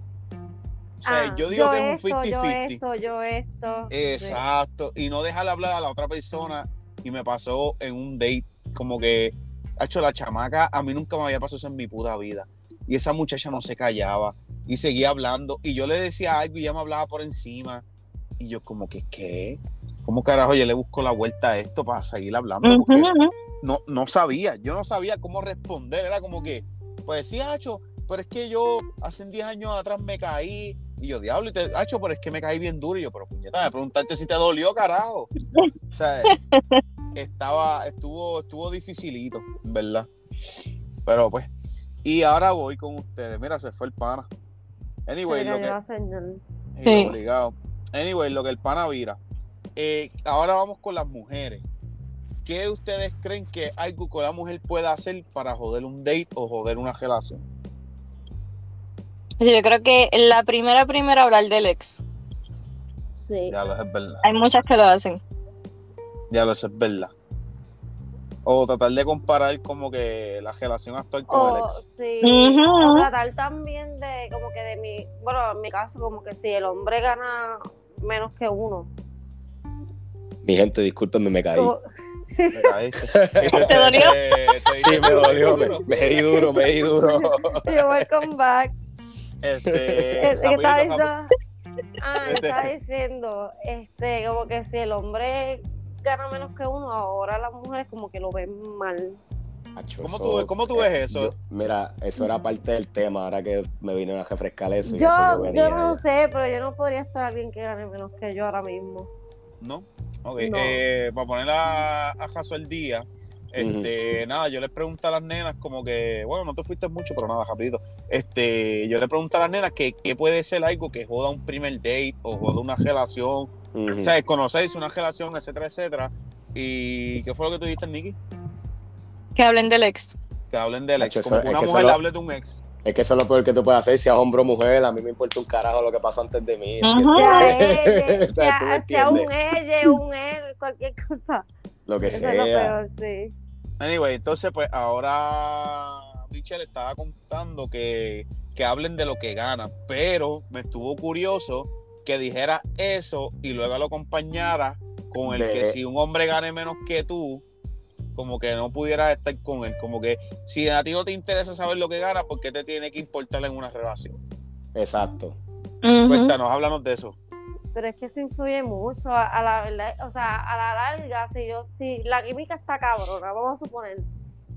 O sea, Ah, yo digo que es esto, un 50-50. Yo esto, yo esto. Exacto. Y no dejar hablar a la otra persona. Y me pasó en un date, como que, ha hecho la chamaca, a mí nunca me había pasado eso en mi puta vida. Y esa muchacha no se callaba y seguía hablando. Y yo le decía algo y ella me hablaba por encima. Y yo como que, ¿qué? ¿Cómo carajo yo le busco la vuelta a esto para seguir hablando? Porque Ujú, ujú. no, no sabía, yo no sabía cómo responder, era como que, pues sí, Hacho, pero es que yo hace 10 años atrás me caí, y yo, diablo, y te, Hacho, pero es que me caí bien duro, y yo, pero puñeta, de preguntarte si te dolió, carajo. O sea, estaba, estuvo, estuvo dificilito, en ¿verdad? Pero pues, y ahora voy con ustedes, mira, se fue el pana. Anyway, Güey, lo que, señal. y Sí. Eh, Obligado. Anyway, lo que el pana vira. Eh, ahora vamos con las mujeres. ¿Qué ustedes creen que algo que la mujer pueda hacer para joder un date o joder una relación? Yo creo que la primera, primera hablar del ex. Sí. Ya lo es verdad. Hay muchas que lo hacen. Ya lo es verdad. O tratar de comparar como que la relación actual con el O, ex. sí, Ujú. o tratar también de, como que de mi, bueno, en mi caso, como que si el hombre gana menos que uno. Mi gente, discúlpenme, me caí. Como- Me caíste. ¿Te dolió? Te- te- Sí, me dolió, me, me di duro, me di duro. Yo welcome back. Este, ¿Qué rapidito, estaba rapidito. diciendo? Ah, Este. estaba diciendo, este, como que si el hombre gana menos que uno, ahora las mujeres como que lo ven mal. Acho, ¿Cómo eso- eh, tú ves- cómo tú ves eso? yo- mira, eso era parte del tema, ahora que me vinieron a refrescar eso. y Yo, eso no venía yo no ya. sé, pero yo no podría estar alguien que gane menos que yo ahora mismo. ¿No? Ok, No. eh, para poner a, a Jaso al día, este, nada, yo les pregunto a las nenas como que, bueno, no te fuiste mucho, pero nada, rapidito. Este, yo les pregunto a las nenas que qué puede ser algo que joda un primer date o joda una relación, Ujú. o sea, conocerse una relación, etcétera, etcétera. ¿Y qué fue lo que tú dijiste, Nicky? Que hablen del ex. Que hablen del ex, Hacho, como eso- que es una que eso mujer lo- hable de un ex. Es que eso es lo peor que tú puedes hacer, si es hombre o mujer, a mí me importa un carajo lo que pasó antes de mí. Ajá. ¿entiendes? Sea, O ella, sea, tú sea, me sea un entiendes. ella, un él, cualquier cosa. Lo que Eso es lo sea. peor, sí. Anyway, entonces pues ahora Michelle estaba contando que, que hablen de lo que gana, pero me estuvo curioso que dijera eso y luego lo acompañara con el De- que si un hombre gane menos que tú, como que no pudieras estar con él. Como que si a ti no te interesa saber lo que gana, ¿por qué te tiene que importar en una relación? Exacto. Ujú. Cuéntanos, háblanos de eso. pero es que eso influye mucho a, a la verdad, o sea, a la larga, si yo, si la química está cabrona, vamos a suponer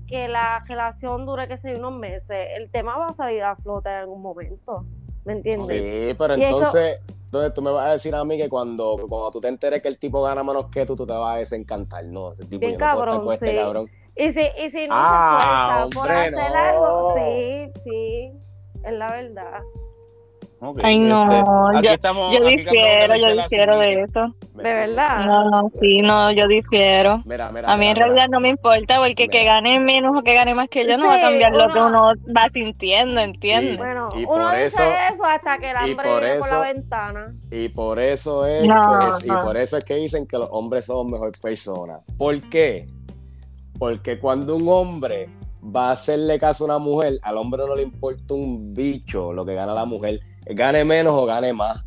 que la relación dure, que sé yo, unos meses, el tema va a salir a flote en algún momento, ¿me entiendes? Sí, pero Y eso- entonces, entonces tú me vas a decir a mí que cuando, cuando tú te enteres que el tipo gana menos que tú, tú te vas a desencantar. No, ese tipo Bien yo no puedo estar cabrón, con este sí. cabrón. Y si, y si no Ah, se esfuerza por hombre, hacer no. algo, sí, sí, es la verdad. Ok, Ay, este, no. aquí Yo, estamos. yo aquí cambiando leche difiero, a yo la difiero de semilla. eso. De verdad. No, no, sí, no, yo difiero. Mira, mira. A mira, mí en mira. realidad no me importa porque que Mira. gane menos o que gane más que yo no va a Sí, cambiar lo que uno- uno va sintiendo, ¿entiendes? Bueno, y uno por dice eso- eso hasta que el y hambre por viene por la eso- ventana. Y por eso es, No, que- y no. por eso es que dicen que los hombres son mejor personas. ¿Por qué? Porque cuando un hombre va a hacerle caso a una mujer, al hombre no le importa un bicho lo que gana la mujer, gane menos o gane más.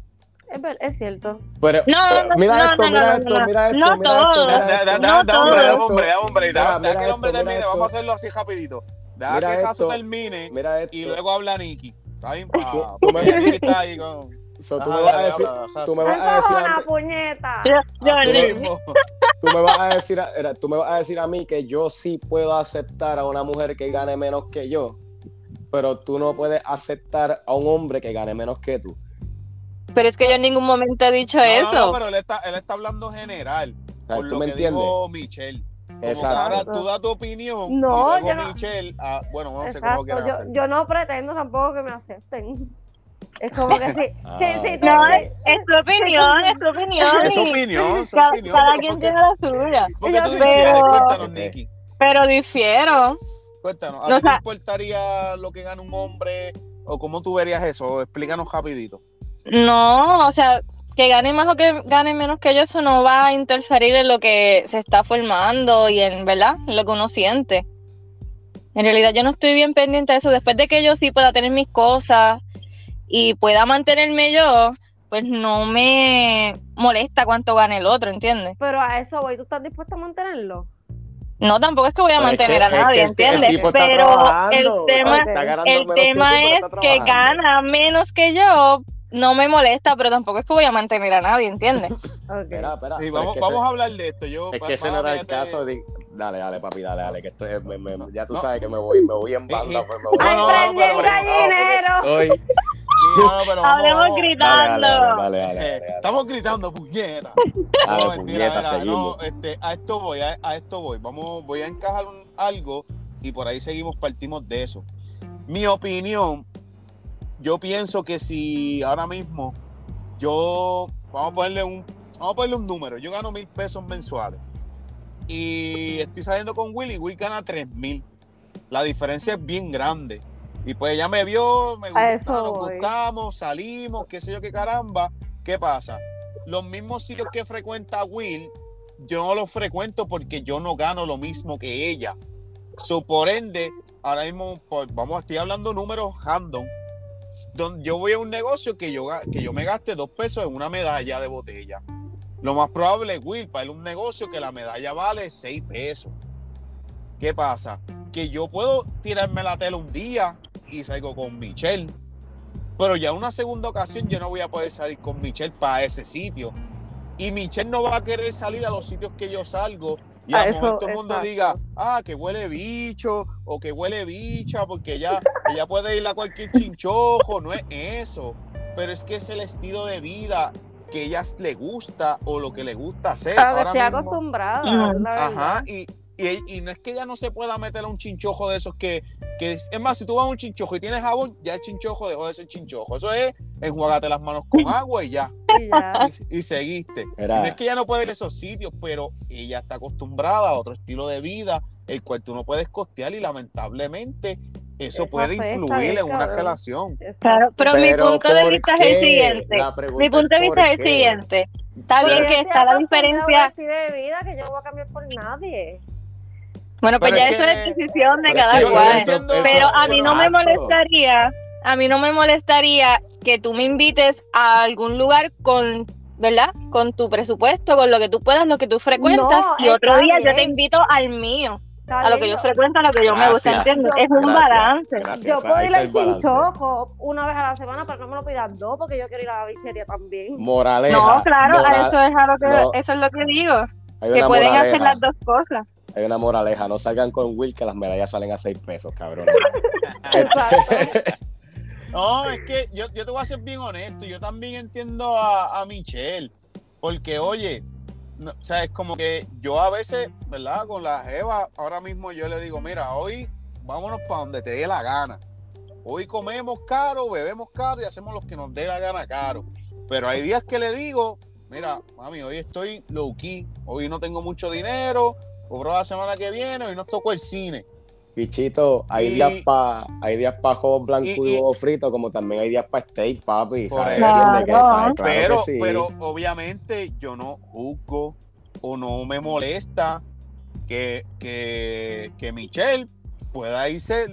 Es, ver- es cierto. Pero No, no, mira no, esto, no, mira no, esto, no. mira esto, No mira esto, todo. mira Da, da, esto. da, No, da, hombre, todo. da, hombre, da, hombre. Mira, Da, da mira que el hombre esto, mira termine. Vamos a esto. hacerlo así rapidito. Da Mira que el caso esto. termine Mira esto. y luego habla Nicky. ¿Está bien? Pa, Tú me- Nicky está ahí con... So, tú Ajá, me vas a dale, decir, habla, ajá, tú sí. me vas a decir a ¡Encojona, mí- puñeta! Yo, yo, Así Jordi. mismo. tú me vas a decir, a- era- tú me vas a decir a mí que yo sí puedo aceptar a una mujer que gane menos que yo, pero tú no puedes aceptar a un hombre que gane menos que tú. pero es que yo en ningún momento he dicho No, no, eso. no, pero él está, él está hablando general. O sea, Por ¿Tú lo me que entiendes? dijo Michelle. Como que ahora Exacto. tú das tu opinión. No, y yo luego no- Michelle. ah, bueno, no sé cómo Exacto, lo quieran hacer. yo, yo no pretendo tampoco que me acepten. Es como que sí. Ah. sí, sí, tú- No, es, es tu opinión, es tu opinión. Es su y opinión, su Cada, opinión. cada pero quien ¿por qué- tiene la suya. ¿Por qué tú Yo- difieres? pero- Cuéntanos, Ok. Nicky. Pero difiero. Cuéntanos, ¿a No, ti o sea- te importaría lo que gana un hombre o cómo tú verías eso? Explícanos rapidito. No, o sea, que gane más o que gane menos que yo, eso no va a interferir en lo que se está formando y en, ¿verdad? En lo que uno siente. En realidad yo no estoy bien pendiente de eso. Después de que yo sí pueda tener mis cosas y pueda mantenerme yo, pues no me molesta cuánto gane el otro, ¿entiendes? Pero a eso voy, ¿tú estás dispuesta a mantenerlo? No, tampoco es que voy a Pero Pues es que- es mantener a que nadie, el- el ¿entiendes? tipo está Pero el trabajando, o sea, tema, está ganando el menos que tú, tema pero es está que trabajando. gana menos que yo, no me molesta, pero tampoco es que voy a mantener a nadie, ¿entiendes? Ok. Espera, espera. Sí, pero vamos, es que vamos ese- a hablar de esto. Yo, Es pa- que ese no era el fíjate- caso. di- Dale, dale, papi, dale, dale, que esto es- me- me- ya tú No. Eh, sabes que me voy, me voy en banda, pues me voy Ay, en banda, prendí el porque- gallinero. porque estoy- Sí, no, pero vamos, Hablemos vamos. gritando. Dale, dale, dale, dale, Eh, dale, dale, dale. Estamos gritando, puñeta. Dale, No, mentira, puñeta, mira, seguimos. no, este, a esto voy, a, a esto voy. Vamos, voy a encajar un- algo y por ahí seguimos, partimos de eso. Mi opinión, yo pienso que si ahora mismo yo, vamos a ponerle un, vamos a ponerle un número, yo gano mil pesos mensuales y estoy saliendo con Willy, Will gana tres mil. La diferencia es bien grande. Y pues ella me vio, me A gustó, eso nos voy. gustamos, salimos, qué sé yo, qué caramba. ¿Qué pasa? Los mismos sitios que frecuenta Will, yo no los frecuento porque yo no gano lo mismo que ella. So, por ende, ahora mismo, por- vamos, estoy hablando números random. Don- yo voy a un negocio que yo, ga- que yo me gaste dos pesos en una medalla de botella. Lo más probable es Will, para él un negocio que la medalla vale seis pesos. ¿Qué pasa? Que yo puedo tirarme la tela un día y salgo con Michelle. Pero ya una segunda ocasión yo no voy a poder salir con Michelle para ese sitio. Y Michelle no va a querer salir a los sitios que yo salgo. Y a Ah, lo eso, mejor todo el mundo exacto. diga, ah, que huele bicho o que huele bicha, porque ella, ella puede ir a cualquier chinchojo. No es eso. Pero es que es el estilo de vida que ellas le gusta o lo que le gusta hacer. A lo que Ahora estoy mismo. acostumbrada, la Mm. verdad. Ajá, y, y, y no es que ya no se pueda meter a un chinchojo de esos que, que es es más, si tú vas a un chinchojo y tienes jabón, ya el chinchojo dejó de ser chinchojo. Eso es enjuágate las manos con agua y ya, Y ya. y, y seguiste. Era- Y No es que ya no puede ir a esos sitios, pero ella está acostumbrada a otro estilo de vida, el cual tú no puedes costear y lamentablemente eso, Eso puede afecta, influir en bien, una cabrón. relación. Claro, Exacto. pero, mi Pero punto de ¿por vista es el qué? siguiente. La pregunta Mi punto de es ¿por vista es el qué? siguiente. Está Porque bien yo estoy que está acostumbrada la a un diferencia. estilo de vida que yo no voy a cambiar por nadie. Bueno, pues Pero ya es eso que- es decisión de pero es cada que Eso- yo cual. pienso- eso- Pero a mí no me Exacto. molestaría, a mí no me molestaría que tú me invites a algún lugar con ¿verdad? Con tu presupuesto, con lo que tú puedas, lo que tú frecuentas. No, y otro está día yo bien. te invito al mío, Está a lo que bien, yo frecuento, a lo que yo me gusta, Gracias. ¿entiendes? Es un Gracias. balance. Gracias, Yo puedo ahí ir está al el balance. chinchojo una vez a la semana, pero no me lo pidas dos porque yo quiero ir a la bichería también. Moraleja. No, claro, a mora- eso es a lo que, no. eso es lo que digo, hay que una pueden moraleja. hacer las dos cosas. Hay una moraleja. No salgan con Will que las medallas salen a 6 pesos, cabrón. Exacto. No, es que yo, yo te voy a ser bien honesto. Yo también entiendo a, a Michelle. Porque, oye, no, o sea, es como que yo a veces, ¿verdad? Con la Jeva, ahora mismo yo le digo, mira, hoy vámonos para donde te dé la gana. Hoy comemos caro, bebemos caro y hacemos lo que nos dé la gana caro. Pero hay días que le digo, mira, mami, hoy estoy low key, hoy no tengo mucho dinero, cobro la semana que viene, hoy nos tocó el cine. Bichito, hay Y- días para hay días pa huevos blancos y, y- y- huevos fritos, como también hay días para steak, papi. Por ¿sabes? eso. ¿Entiendes que- Claro. sabes? Claro que pero, sí. pero obviamente yo no juzgo o no me molesta que, que, que Michelle pueda irse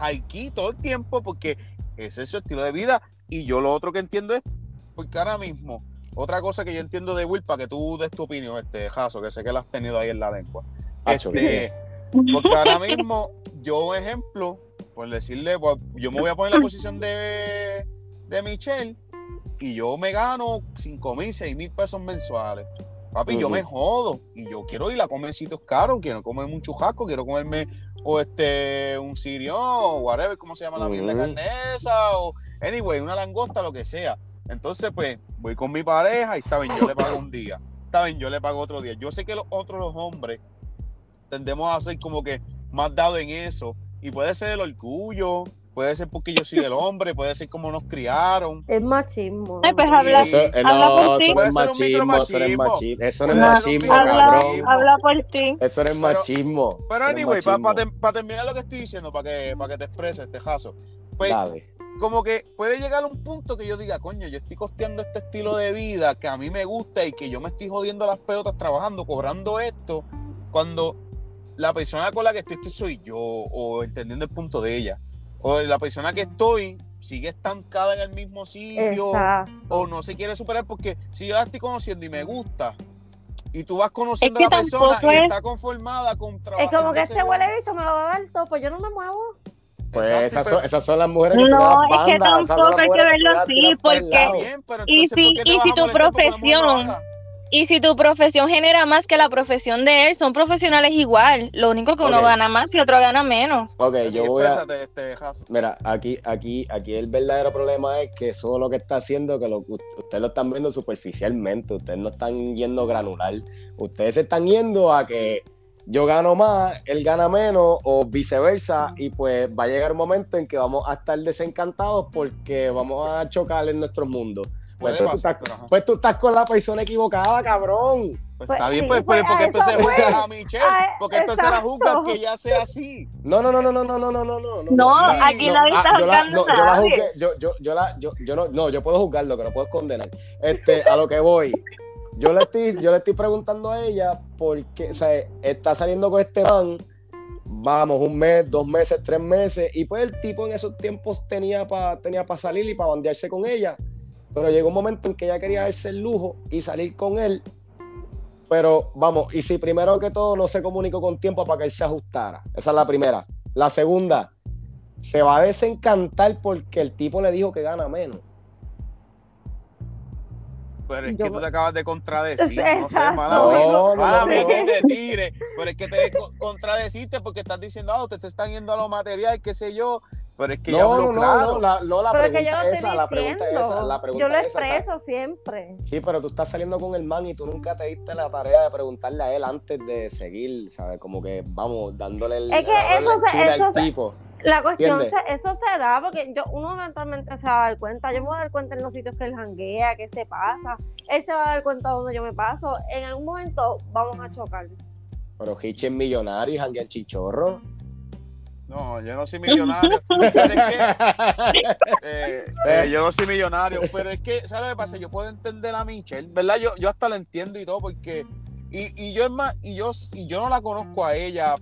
hikey todo el tiempo porque ese es su estilo de vida. Y yo lo otro que entiendo es, porque ahora mismo, otra cosa que yo entiendo de Will, para que tú des tu opinión, este Jaso, que sé que la has tenido ahí en la lengua. Hacho, Este, porque ahora mismo, yo, un ejemplo, por decirle, pues, yo me voy a poner en la posición de, de Michelle y yo me gano 5 mil, 6 mil pesos mensuales. Papi, yo Ujú. me jodo y yo quiero ir a comer sitios caros, quiero comerme un chujasco, quiero comerme o este un sirión o whatever, ¿cómo se llama la mierda Ujú. carnesa? O anyway, una langosta, lo que sea. Entonces, pues, voy con mi pareja y está bien, yo le pago un día. Está bien, yo le pago otro día. Yo sé que los otros los hombres tendemos a ser como que más dado en eso. Y puede ser el orgullo, puede ser porque yo soy el hombre, puede ser como nos criaron. es machismo. Ay, pues ¿no? habla, Eso, eh, Habla no, por ti. eso no Puede es ser un machismo, eso no es micromachismo. machismo. Eso no ser es Puede un machismo, habla, cabrón. micromachismo. habla por ti. Eso no es Pero- machismo. Pero eso no es anyway, para machismo. terminar lo que estoy diciendo, para que, pa' que te expreses, Tejazo. Pues, Dale. como que puede llegar a un punto que yo diga, coño, yo estoy costeando este estilo de vida que a mí me gusta y que yo me estoy jodiendo las pelotas trabajando, cobrando esto, cuando la persona con la que estoy, estoy soy yo, o entendiendo el punto de ella, o la persona que estoy sigue estancada en el mismo sitio, Exacto. o no se quiere superar, porque si yo la estoy conociendo y me gusta, y tú vas conociendo que a la persona tampoco y es- está conformada con trabajo. Es como que este huele bicho me lo va a dar todo, pues yo no me muevo. Pues esas, son, esas son las mujeres que tú No, das es que banda, esas son las tampoco hay que mujeres tú verlo das- así, tiras pa'l pues, porque- lado. y Y si- y si tu profesión- Y si tu profesión genera más que la profesión de él, son profesionales igual. Lo único que uno Ok. gana más y otro gana menos. Ok, yo voy a... Exprésate, este, Jaso. Mira, aquí, aquí, aquí el verdadero problema es que eso lo que está haciendo, que lo, ustedes lo están viendo superficialmente, ustedes no están yendo granular, ustedes se están yendo a que yo gano más, él gana menos o viceversa, y pues va a llegar un momento en que vamos a estar desencantados porque vamos a chocar en nuestros mundos. Pues Puede tú, pasar, estás, pero ajá. pues tú estás con la persona equivocada, cabrón. Pues Pues está bien, sí, pues, pues, pero porque a entonces eso voy. juzgas a Michelle, A- porque entonces la exacto. juzgas que ya sea así. No, no, no, no, no, no, no, no, no, no. No, aquí no, nadie está ah, yo la, juzgando no, a yo la nadie. juzgué, yo, yo, yo la, yo, yo no, no, yo puedo juzgarlo, que no puedo es condenar. Este, a lo que voy. Yo le estoy, yo le estoy preguntando a ella porque, o sea, está saliendo con este man, vamos, un mes, dos meses, tres meses, y pues el tipo en esos tiempos tenía para tenía pa salir y para bandearse con ella, pero llegó un momento en que ella quería darse el lujo y salir con él, pero vamos, y si primero que todo no se comunicó con tiempo para que él se ajustara, esa es la primera. La segunda, se va a desencantar porque el tipo le dijo que gana menos. Pero es Yo- que tú te acabas de contradecir, no sé, Exacto. mala No, mía. no, no, Mala mía no. que te tire, pero es que te co- contradeciste porque estás diciendo, ah, ustedes te están yendo a lo material, qué sé yo, pero es que ya No, habló no, no, claro. no, la, no, la Pero es que yo pregunta lo esa, estoy la pregunta esa, la diciendo. pregunta Yo lo esa, ¿sabes? expreso siempre. Sí, pero tú estás saliendo con el man y tú nunca te diste la tarea de preguntarle a él antes de seguir, ¿sabes? Como que vamos, dándole el, Es que dándole eso el se- chile al eso se- tipo. La cuestión, ¿Entiendes? se- eso se da porque yo, uno eventualmente se va a dar cuenta. Yo me voy a dar cuenta en los sitios que él janguea, que se pasa. Él se va a dar cuenta donde yo me paso. En algún momento vamos a chocar. Pero Hitch es millonario y janguea el chichorro. No, yo no soy millonario. pero es que, eh, eh, yo no soy millonario. Pero es que, ¿sabes lo que pasa? Yo puedo entender a Michelle, ¿verdad? Yo, yo hasta la entiendo y todo, porque. Y, y yo es más, y yo, y yo no la conozco a ella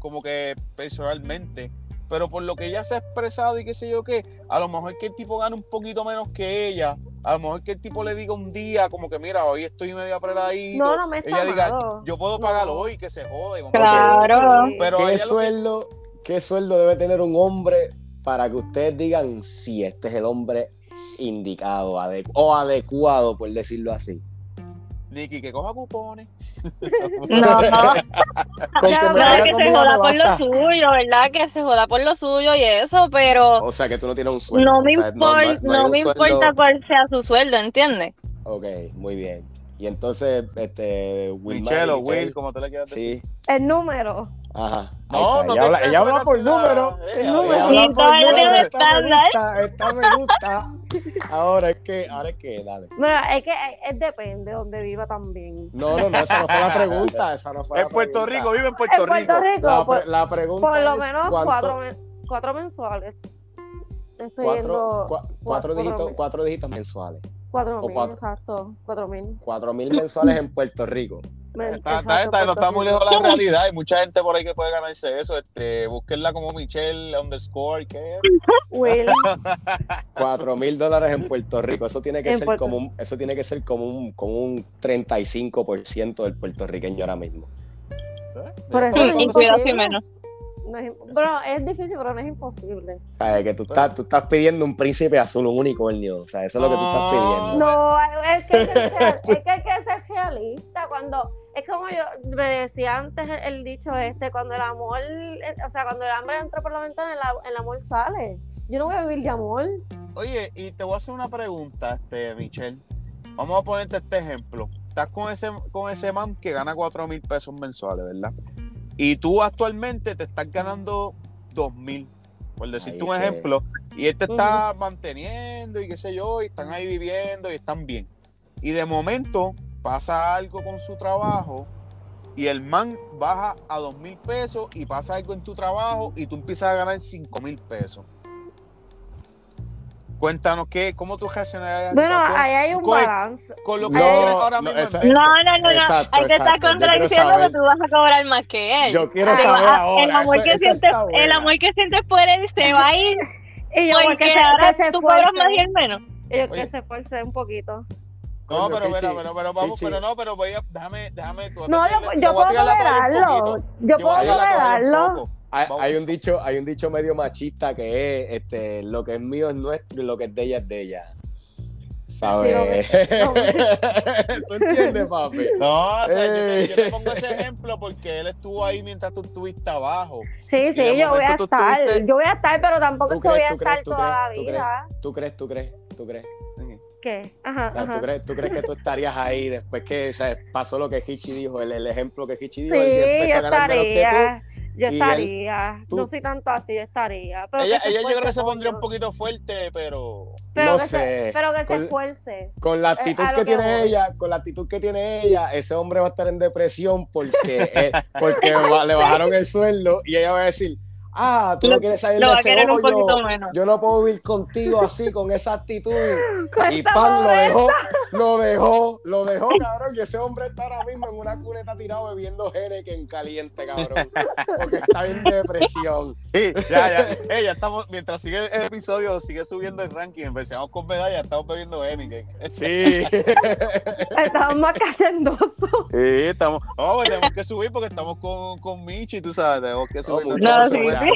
como que personalmente, pero por lo que ella se ha expresado y qué sé yo qué, a lo mejor que el tipo gana un poquito menos que ella, A lo mejor que el tipo le diga un día, como que mira, hoy estoy medio apretadito. No, no me está ella diga, malo. yo puedo pagarlo hoy, que se jode. como que- Claro. Pero ¿Qué ella lo que- sueldo, ¿Qué sueldo debe tener un hombre para que ustedes digan si este es el hombre indicado adecu- o adecuado, por decirlo así? Nicky, que coja cupones. No, no, Con Ya, que me ¿verdad vaya que se conmigo joda no por lo basta. suyo, ¿verdad? Que se joda por lo suyo y eso, pero O sea, que tú no tienes un sueldo. no me, Oh, pues, o sea, impor- hay no un me sueldo- importa cuál sea su sueldo, ¿entiendes? Ok, muy bien. Y entonces, este. Wilmar y Michelo, Michelle, Will, como tú le quieras decir. Sí, El número. ajá. No, Ahí está, no ella te habla- creas ella habla una por cantidad. número. Eh, el ella número. habla Ella Sí, todavía habla por tiene un número, esta me estándar. gusta, esta me gusta. Ahora es que, ahora es que, dale. Mira, es que eh, eh, depende de donde viva también. No, no, no, esa no fue la pregunta. Esa no fue Es la Puerto pregunta. Rico, vive en En Puerto Rico. Puerto Rico, La, por, pre- la pregunta por lo es menos cuánto- cuatro, men- cuatro mensuales. Estoy cuatro, yendo cua- cuatro cuatro dígitos, mil. cuatro dígitos mensuales. cuatro o mil, cuatro. exacto. Cuatro mil. Cuatro mil mensuales en Puerto Rico. Me- Está, está, exacto, pues, está, no Puerto está muy Rico. lejos de la realidad. Hay mucha gente por ahí que puede ganarse eso. Este, búsquenla como Michelle underscore. ¿qué? Will, Cuatro mil dólares en Puerto Rico. Eso tiene que En ser Puerto- como un, eso tiene que ser como un, como un 35% del puertorriqueño ahora mismo. ¿Eh? Por eso Sí, no es y cuidado imposible. si menos. no es, bueno, es difícil, pero no es imposible. O sea, que tú estás, tú estás pidiendo un príncipe azul, un unicornio. O sea, eso es lo que tú estás pidiendo. No, es que hay que ser, es que hay que ser realista. Cuando, es como yo me decía antes el, el dicho este, cuando el amor, eh, o sea, cuando el hambre entra por la ventana, el, a- el amor sale. Yo no voy a vivir de amor. Oye, y te voy a hacer una pregunta, este, Michelle. Vamos a ponerte este ejemplo. Estás con ese, con ese man que gana 4 mil pesos mensuales, ¿verdad? Y tú actualmente te estás ganando 2 mil, por decirte Ahí un es que- ejemplo. Y él te está manteniendo y qué sé yo, y están ahí viviendo y están bien. Y de momento pasa algo con su trabajo y el man baja a 2 mil pesos y pasa algo en tu trabajo y tú empiezas a ganar 5 mil pesos. Cuéntanos qué, cómo tú gestionas Bueno, ahí hay un con, balance. con lo que No, tienes ahora no, mismo. en esa- mente. No, no, no, no. Exacto, Ahí te está exacto. Yo quiero contradiciendo que saber. tú vas a cobrar más que él. Yo quiero Te saber va- ahora. el, amor Esa- que esa sientes, está buena. el amor que sientes por él se va a ir Y yo voy porque que se, ahora que se tú cobras más esfuerce. y él menos. Y yo que Oye. se esfuerce un poquito. No, Coño, pero, Pichi, pero, pero, pero vamos, Pichi. pero no, pero voy a, déjame, déjame. tú- No, te- yo, te- te yo voy a puedo tirar la toalla un tolerarlo. poquito. Yo voy puedo a tirar la toalla un tolerarlo. poco. Hay, Vamos. hay un dicho, hay un dicho medio machista que es este, lo que es mío es nuestro y lo que es de ella es de ella. ¿Sabes? no me- ¿Tú entiendes, papi? No, o sea, yo, te, yo te Ey. pongo ese ejemplo porque él estuvo ahí mientras tú estuviste abajo. Sí, de sí, yo voy a momento tú estar. estuviste- Yo voy a estar, pero tampoco ¿Tú es que voy crees, a tú crees, estar tú toda la crees, tú crees? vida. ¿Tú crees, tú crees, tú crees? ¿Qué? Ajá, O sea, ¿tú, ajá. crees, ¿Tú crees que tú estarías ahí después que o sea, pasó lo que Hichi dijo, el, el ejemplo que Sí, Hichi dijo? yo él empezó a ganar menos que tú? estaría. Yo y él- estaría. tú- No soy tanto así, yo estaría. Pero Ella, que se ella yo creo que esfuerce, se pondría un coño. poquito fuerte, pero. Pero No que sé, Se, pero que con- se esfuerce. Con Eh, la actitud a lo que, que tiene voy. ella, con la actitud que tiene ella, ese hombre va a estar en depresión porque, eh, porque va- le bajaron el sueldo y ella va a decir, ah, tú no Lo- quieres salir Lo de va a ese querer un hoyo, poquito menos. Yo no puedo vivir contigo así, con esa actitud. Y Cuesta Pan lo pobre. dejó, lo dejó, lo dejó, cabrón. Y ese hombre está ahora mismo en una cuneta tirado bebiendo que en caliente, cabrón. Porque está bien de depresión. Sí, ya, ya. Eh, ya estamos, mientras sigue el episodio, sigue subiendo el ranking. Empezamos con medallas, estamos bebiendo Henneken. Sí. Estamos más que haciendo. Sí, estamos. No, pues, tenemos que subir porque estamos con, con Michi, tú sabes, tenemos que subir. mucho, nuestro No, sí, presupuesto. sí.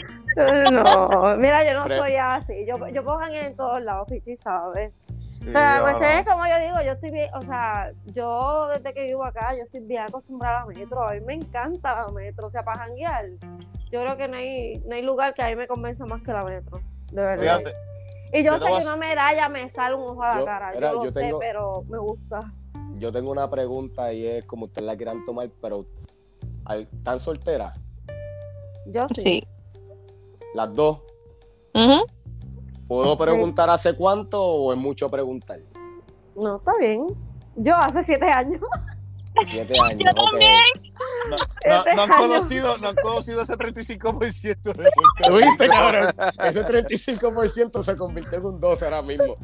No, mira, yo no Pre- soy así. Yo, yo puedo janguear en todos lados, Pichi, ¿sabes? Sí, Pero la no, pues, cuestión no. eh. es, como yo digo, yo estoy bien, o sea, yo desde que vivo acá, yo estoy bien acostumbrada a metro, a mí me encanta la metro, o sea, para janguear, yo creo que no hay, no hay lugar que a mí me convenza más que la metro, de verdad. Fíjate, y yo yo te sé voy a que una medalla me sale un ojo a la Yo- cara, mira, yo lo yo sé, tengo- pero me gusta. Yo tengo una pregunta y es como ustedes la quieran tomar, pero al- ¿están solteras? Yo sí. Sí. Las dos. Ujú. ¿Puedo preguntar hace cuánto o es mucho preguntar? No, está bien. Yo hace siete años. Siete años. ok. no, no- no han Este año. conocido, no han conocido ese 35% de ¿Lo viste, cabrón? Ese 35% se convirtió en un 12 ahora mismo.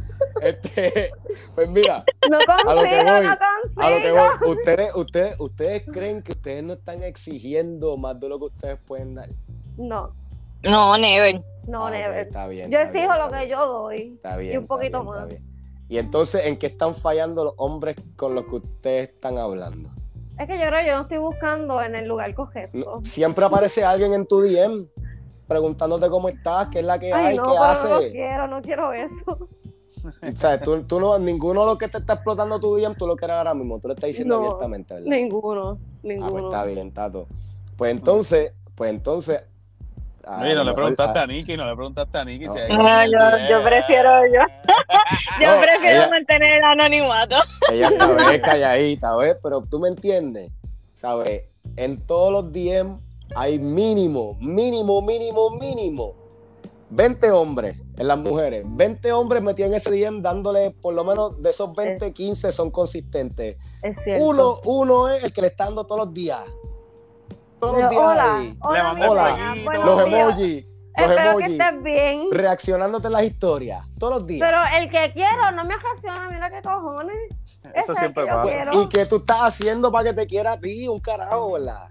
Este, pues mira, No consigo, lo que voy, no a lo que consigo. voy, ustedes, ustedes, ustedes creen que ustedes no están exigiendo más de lo que ustedes pueden dar. No, No, never. no, Ah, ok, never. Está bien. Yo está bien, exijo lo está que bien. yo doy. Está bien. un está poquito bien, está más. bien. Y entonces, ¿en qué están fallando los hombres con los que ustedes están hablando? Es que yo creo que yo no estoy buscando en el lugar correcto. No, siempre aparece alguien en tu DM preguntándote cómo estás, qué es la que hay, Ay, no, qué pero hace. no quiero, no quiero eso. O sea, tú, tú no, ninguno de los que te está explotando tu DM, tú lo quieres ahora mismo. Tú lo estás diciendo No. abiertamente, ¿verdad? Ninguno, Ah, pues ninguno. está bien, Tato. Pues entonces, pues entonces. ah, a Mira, lo no le mejor- preguntaste a- a Nicky, no le preguntaste a Nicky. No. si hay No, alguien yo- en el yo DM. prefiero- yo- Yo No, prefiero ella- mantener el anonimato. Ella está bien calladita, ¿ves? Pero tú me entiendes, ¿sabes? En todos los DM hay mínimo, mínimo, mínimo, mínimo. 20 hombres en las mujeres, 20 hombres metidos en ese DM dándole, por lo menos de esos 20, 15 son consistentes. Es cierto. Uno, uno es el que le está dando todos los días. Todos los Yo, días. hola, ahí. Le hola, mandé mi hola. niña, fueguito. buenos Los días. emojis, los Espero que emojis, estés bien. reaccionándote en las historias, todos los días. Pero el que quiero no me ocasiona, mira qué cojones. Ese Eso es siempre el que yo pasa. quiero. Pues, ¿Y qué tú estás haciendo para que te quiera a ti? Un carajo, ¿verdad?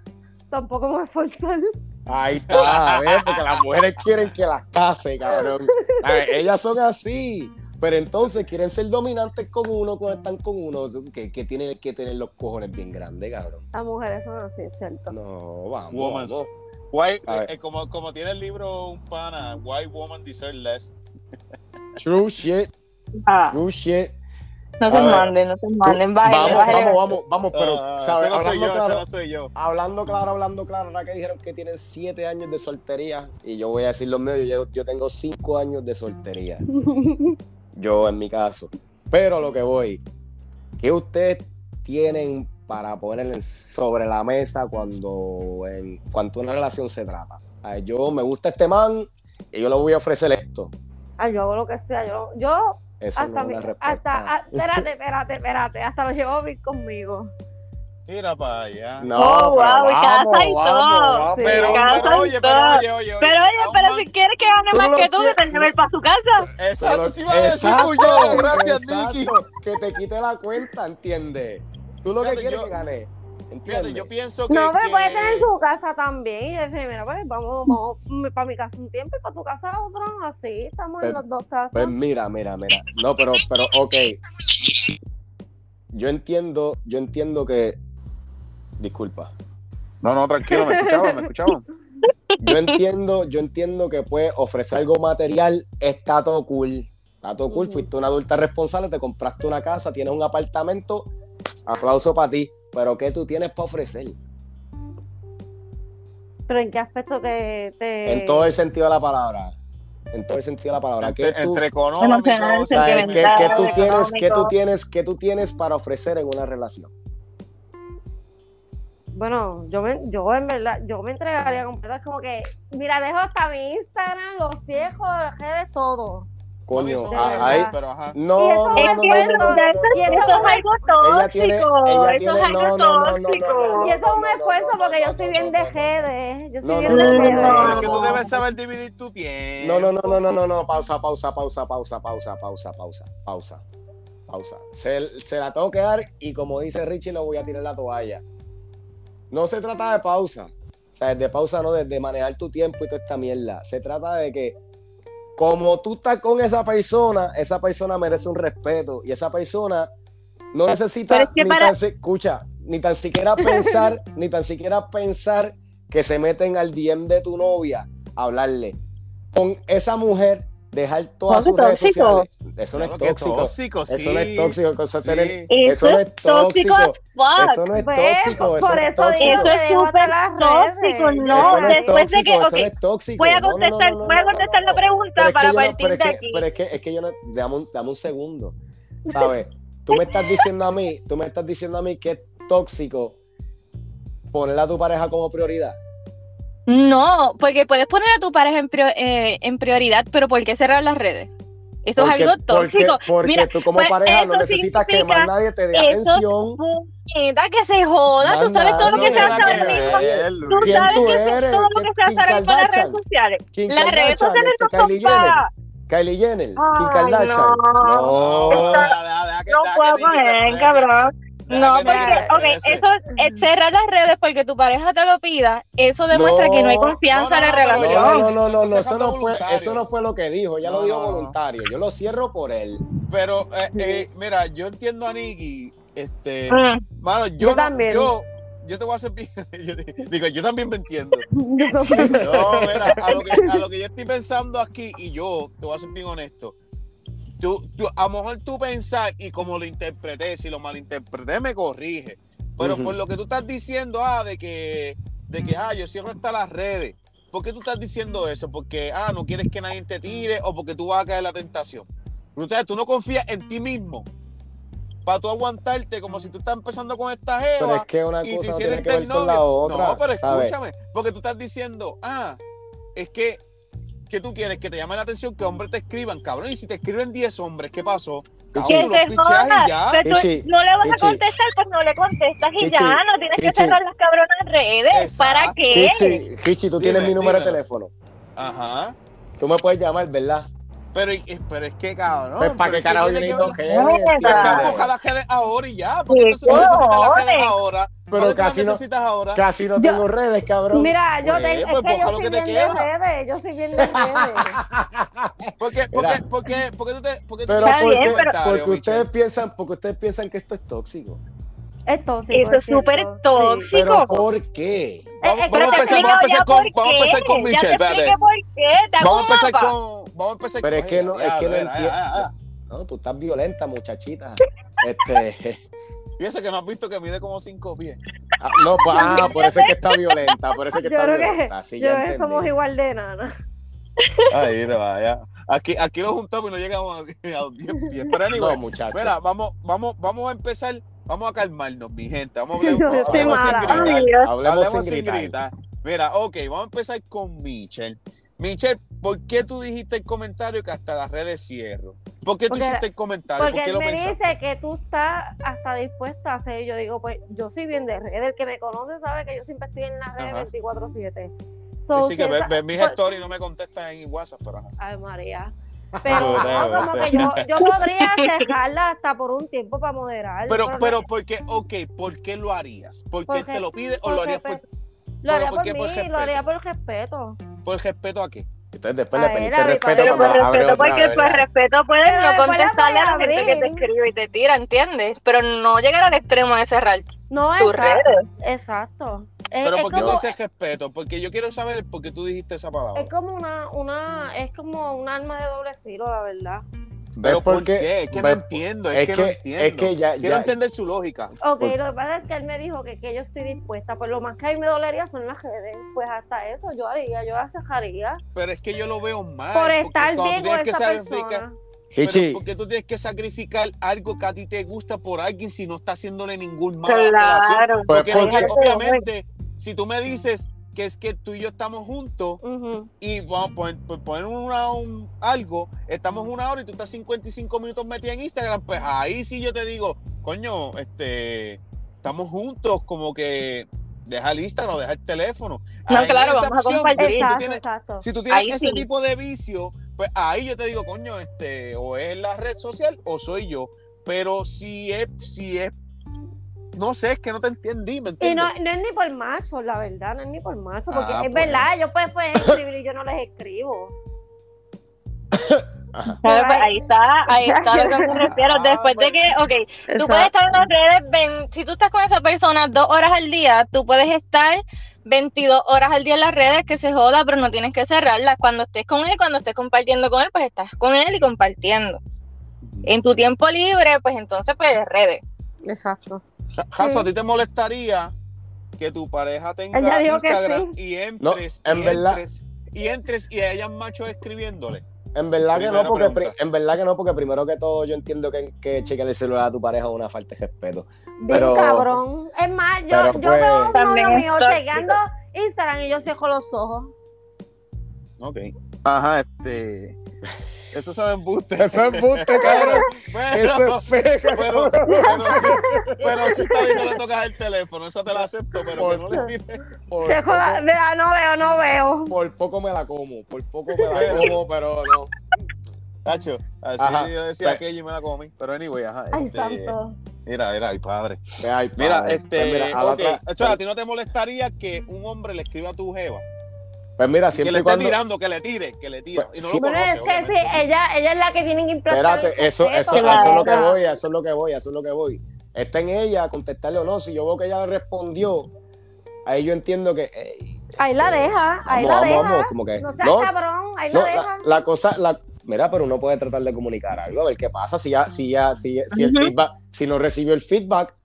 Tampoco me voy a esforzar. Ahí está, ¿ves? Porque las Ah, mujeres quieren que las case, cabrón. A ver, ellas son así. Pero entonces quieren ser dominantes con uno cuando están con uno. Que, que tienen que tener los cojones bien grandes, cabrón. Las mujeres son así, es cierto. No, vamos. Woman. vamos. Why- A ver. eh, como, como tiene el libro un pana, Why Woman Deserve Less. True shit, Ah, true shit. no se A ver, manden, no se manden. Bájenle, vamos, bájenle. vamos, vamos, vamos, pero, Ah, ¿sabes? ese no soy Hablando yo, ese claro, no soy yo. hablando claro, hablando claro, ahora que dijeron que tienen siete años de soltería, y yo voy a decir lo mío, yo, yo tengo cinco años de soltería. Yo en mi caso. Pero lo que voy, ¿qué ustedes tienen para poner en- sobre la mesa cuando en cuanto a una relación se trata? Ay, yo me gusta este man y yo le voy a ofrecer esto. Ay, yo hago lo que sea. Yo, yo Eso hasta, no mi- es una respuesta. hasta, a- espérate, espérate, espérate. Hasta lo llevo a vivir conmigo. Mira para ah, allá. no, Oh, pero wow, y casa y todo. vamos. Pero, Casa pero y oye, todo. pero oye, oye, oye. Pero oye, aún pero más- si quieres que gane Tú más no que lo tú, que te quieres. lleve él para su casa. Exacto, Pero- sí iba a decir exacto, puñada, gracias, exacto, Nicky. Que te quite la cuenta, ¿entiendes? Tú lo que Fíjate, quieres yo- es que gane. Fíjate, ¿Entiendes? yo pienso que. No, pero que- puede tener su casa también. Y yo decía, mira, pues vamos, vamos para mi casa un tiempo y para tu casa otro. Así, estamos en Pero- las dos casas. Pues mira, mira, mira. No, pero, pero, ok. Yo entiendo, yo entiendo que. Disculpa. No, no, tranquilo, me escuchaban, me escuchaban. Yo entiendo, yo entiendo que pues ofrecer algo material está todo cool. Está todo cool. Ujú. Fuiste una adulta responsable, te compraste una casa, tienes un apartamento. Aplauso para ti. Pero ¿qué tú tienes para ofrecer? Pero en qué aspecto te. te... Eh. En todo el sentido de la palabra. En todo el sentido de la palabra. ¿Qué Entre, tú, entre económico, Emocional, o o sea, sea, ¿qué- me- qué tú sentimental, tienes, qué tú económico. tienes, qué tú tienes para ofrecer en una relación? e- Bueno, yo, me, yo en verdad, yo me entregaría completa. Es como que, mira, dejo hasta mi Instagram, los ciegos, las redes, todo. Coño, Sí, ah, ¿verdad? ahí. Pero ajá. Y eso No, no, es no, no, cierto, no, no, ya no, eso- no, no, eso es algo tóxico. Ella tiene- ella eso tiene- es algo no, no, no, no, no, tóxico. Y eso es un no, no, esfuerzo no, porque no, yo no, soy no, bien no, de no. jede. Yo soy No, bien no, de no, no, jede. no, Pero es no, que tú debes saber dividir tu tiempo. No, no, no, no, no, no, no, pausa, pausa, pausa, pausa, pausa, pausa, pausa, pausa, pausa. Se, se la tengo que dar y como dice Richie, no voy a tirar la toalla. No se trata de pausa, o sea, de pausa no, de, de manejar tu tiempo y toda esta mierda. Se trata de que como tú estás con esa persona, esa persona merece un respeto y esa persona no necesita Pero es que ni para- tan si- escucha, ni tan siquiera pensar, ni tan siquiera pensar que se meten al DM de tu novia a hablarle con esa mujer dejar todas No, sus qué redes tóxico. sociales. Eso no es Claro que tóxico. tóxico, sí. Eso no es tóxico. cosa Sí. tener- Eso es tóxico as fuck. Eso no es Pues, tóxico. Eso por no es eso tóxico. digo Eso es que dejo hasta súper las tóxico, redes. no, Eso es después de que- tóxico, ok, eso no es tóxico. Voy a No, no, no, contestar, no, no, voy a no, no, contestar la no. Pero pregunta es que yo para no- partir pero es de que- aquí. Pero es que, es que yo no. Dame un, dame un segundo. ¿Sabes? tú me estás diciendo a mí, tú me estás diciendo a mí que es tóxico poner a tu pareja como prioridad. No, porque puedes poner a tu pareja en, prio- eh, en prioridad, pero ¿por qué cerrar las redes? Eso Porque- es algo porque- tóxico. Porque, Mira, tú como pues, pareja no eso necesitas que significa- más nadie te dé eso- atención. Puñeta, que se joda, tú Manda, sabes todo Eso lo que no se tiene hace nada ahora que mismo. ver, Tú Luis. ¿Quién sabes tú que se- eres? todo lo que se hace ¿Quién- ahora mismo en las redes Kardashian? sociales. Kim Las redes Kardashian, sociales no este son Kylie Jenner, para. Kylie Jenner, Kim Ay, Kardashian. no. No. No, deja- deja que- No deja que puedo Nicky con se él, exprese. cabrón. No, Deja que porque, Nayera ok, regrese. eso, eh, cerrar las redes porque tu pareja te lo pida, eso demuestra No. que no hay No, confianza no, en la no, relación. yo- No, no, no, no, no, Ese eso acto no fue, voluntario. eso no fue lo que dijo, ya No, lo dijo no, no, no. voluntario, yo lo cierro por él. Pero, eh, eh, mira, yo entiendo a Nicky. Este, Mm. mano, yo, Yo no- también. Yo, yo te voy a hacer. pi- yo te- digo, yo también me entiendo. Yo también. No, mira, a lo, que, a lo que yo estoy pensando aquí, y yo te voy a ser bien honesto. Tú, tú- a lo mejor tú pensás y como lo interpreté, si lo malinterpreté, me corrige. Pero Ujú. por lo que tú estás diciendo, ah, de que, de que, ah, yo cierro hasta las redes. ¿Por qué tú estás diciendo eso? Porque, ah, no quieres que nadie te tire o porque tú vas a caer en la tentación. Ustedes, tú no confías en ti mismo para tú aguantarte como si tú estás empezando con esta jeva Pero es que una y te cosa no hicieron este tiene que ver novio. con la otra. no, pero ¿sabes? escúchame, porque tú estás diciendo, ah, es que, que tú quieres que te llame la atención que hombres te escriban, cabrón. Y si te escriben 10 hombres, ¿qué pasó? Cabrón, Que tú se los picheas joda. y ya. Que tú Pichi, no le vas Pichi. a contestar, pues no le contestas y Pichi, ya, no tienes que Pichi. cerrar las cabronas redes. ¿Para Exacto. qué? Hichi, Hichi, tú Dime, tienes mi número de dímelo. teléfono. Ajá. Tú me puedes llamar, ¿verdad? Pero, y- pero es que, cabrón. pues pero para qué es que carajo yo tiene que necesito ver- que Pero Pero Claro. cabrón, ojalá las redes ahora y ya, porque entonces tú Qué necesitas las redes Pues, cojones. ahora. Pero ¿Dónde tú las casi no, necesitas ahora? casi no Yo- tengo redes, cabrón. Mira, yo Pues, tengo, pues, es que coja yo lo soy que te bien de queda. redes, yo soy bien de redes. ¿Por qué, por Mira. qué, por qué, por qué tú te, por qué tú Pero te- Está bien, porque, pero- porque comentario, ustedes Michelle? piensan, porque ustedes piensan que esto es tóxico. Es tóxico. Eso es cierto, súper sí. tóxico. Pero ¿por qué? Vamos- Eh, eh, vamos a pero te empezar- explico vamos a empezar ya con- por vamos a qué. empezar con Ya Michelle, te expliqué espérate. por qué. Te hago Vamos a un empezar mapa. con. Vamos a empezar Pero es con que ella, no, es que no diablo, era, entiendo. ah, ah, ah. No, tú estás violenta, muchachita. Este, Y eso que no has visto que mide como 5 pies. ah, no, pues, ah, por eso es que está violenta, por eso es que Yo está creo que- violenta. Sí, Yo ya creo que somos entendí. igual de nana. Ay, mira, vaya. Aquí, aquí lo juntamos y no llegamos a, a los 10 pies. Pero No, anyway, muchacha. mira, vamos, vamos, vamos a empezar, vamos a calmarnos, mi gente. Vamos a Sí, yo hablar, estoy hablemos sin mala. gritar. Ay, Dios. Hablemos Hablemos sin gritar. Mira, ok, vamos a empezar con Michelle. Michelle, ¿por qué tú dijiste el comentario que hasta las redes cierro? ¿Por qué tú Porque- hiciste el comentario? Porque ¿Por qué él lo me pensaste? dice que tú estás hasta dispuesta a hacer. Yo digo, pues yo soy bien de redes. El que me conoce sabe que yo siempre estoy en las Ajá. redes 24-7. So, Así si que él ves sa- ves mis pues- stories y no me contestan en WhatsApp, pero ajá. Ay, María. Pero Joder, no, como joder. que yo, yo podría dejarla hasta por un tiempo para moderar. Pero, no- pero, ¿por qué? Ok, ¿por qué lo harías? ¿Por qué Porque- te lo pides o porque, lo harías por, pues, Lo haría pero por porque por mí, respeto. lo haría por respeto. por respeto a qué? Entonces después Ay, le pediste la vi, respeto padre, Pero cuando por vamos la abre respeto, otra porque vez. por respeto puedes Pero no después la contestarle a la voy a gente que te abrir. escribe y te tira, ¿entiendes? Pero no llegar al extremo de cerrar No, tus exacto. redes. Exacto. Es, Pero Eh, es ¿por qué tú como, dices respeto? Porque yo quiero saber por qué tú dijiste esa palabra. es como una, una, es como un arma de doble filo, la verdad. Pero ¿Ves ¿por por qué? Es que no ves- entiendo, es, Es que, no entiendo. que, es que ya, quiero ya, entender su lógica. Ok, Pues- lo que pasa es que él me dijo que, que yo estoy dispuesta, pues lo más que a mí me dolería son las redes, pues hasta eso yo haría, yo las dejaría Pero es que yo lo veo mal. por porque estar cuando tú bien con tienes que esa sacrificar- persona. Pero Hichi, ¿por qué tú tienes que sacrificar algo que a ti te gusta por alguien si no está haciéndole ningún mal a la relación? Claro. pues Porque, porque, déjate- obviamente, si tú me dices que es que tú y yo estamos juntos, Ujú. y vamos a poner, pues, poner una- un- algo, estamos una hora y tú estás 55 minutos metida en Instagram, pues ahí sí yo te digo, coño, este, estamos juntos, como que deja el Instagram, deja el teléfono. No, Ahí en claro, esa vamos a opción, compartir. Si tú Exacto, tienes, exacto. si tú tienes Ahí ese sí. tipo de vicio, pues ahí yo te digo, coño, este, o es la red social o soy yo. Pero si es, si es, no sé, es que no te entendí, ¿me Y entiendes? no, no es ni por macho, la verdad, no es ni por macho, porque Ah, es pues. verdad, ellos pueden, pueden escribir y yo no les escribo. Claro, pues, ahí está, ahí está lo que me refiero. Después de que, ok, Tú puedes estar en las redes, ven- si tú estás con esa persona dos horas al día, tú puedes estar 22 horas al día en las redes, que se joda, pero no tienes que cerrarlas. Cuando estés con él, cuando estés compartiendo con él, pues estás con él y compartiendo. Mm. En tu tiempo libre, pues entonces, pues redes. Exacto. Jaso, ¿a ti te molestaría que tu pareja tenga Ella dijo que Instagram y entres, No, en y verdad. entres, y entres y hayan machos escribiéndole? en verdad que no, Primera porque, pregunta. pri- en verdad que no, porque primero que todo yo entiendo que, que chequear el celular a tu pareja es una falta de respeto. Bien Pero- cabrón. Es más, yo, pero yo pues- veo a un También novio es mío tóxico. llegando Instagram y yo cierro los ojos. Ok. Ajá, este. Eso se embuste. Eso es buste, cabrón. Bueno, Eso es feo. pero, cabrón. pero sí, pero sí está bien que le tocas el teléfono, esa te la acepto, pero que no le mires. Por, Cierro la- poco, Mira, no veo, no veo. por poco me la como, por poco me la Pero- como, pero no. Tacho, así Ajá, yo decía pero- aquello y me la comí. pues- Pero anyway, ajá. Ay, este, santo. Mira, mira, ay padre. Ay, Mira, padre. este. Pues mira, a la ok, otra- o sea, a ti no te molestaría que un hombre le escriba a tu jeva. pues Que mira, le siempre y esté cuando. tirando, que le tire, que le tire. Pues, Y no sí. lo Pero conoce, es que sí, obviamente. ella, ella es la que tienen que implantar. Espérate, eso, eso, respeto, eso es lo que claro. voy, eso es lo que voy, eso es lo que voy. Está en ella contestarle o no. Si yo veo que ella le respondió, ahí yo entiendo que. ey, Ahí la este, deja, ahí vamos, la vamos, deja. vamos, como que. No seas no, cabrón, ahí no, la la, deja. la cosa, la, mira, pero uno puede tratar de comunicar algo, a ver qué pasa. Si ya, si ya, si, si el Ujú. feedback, si no recibió el feedback,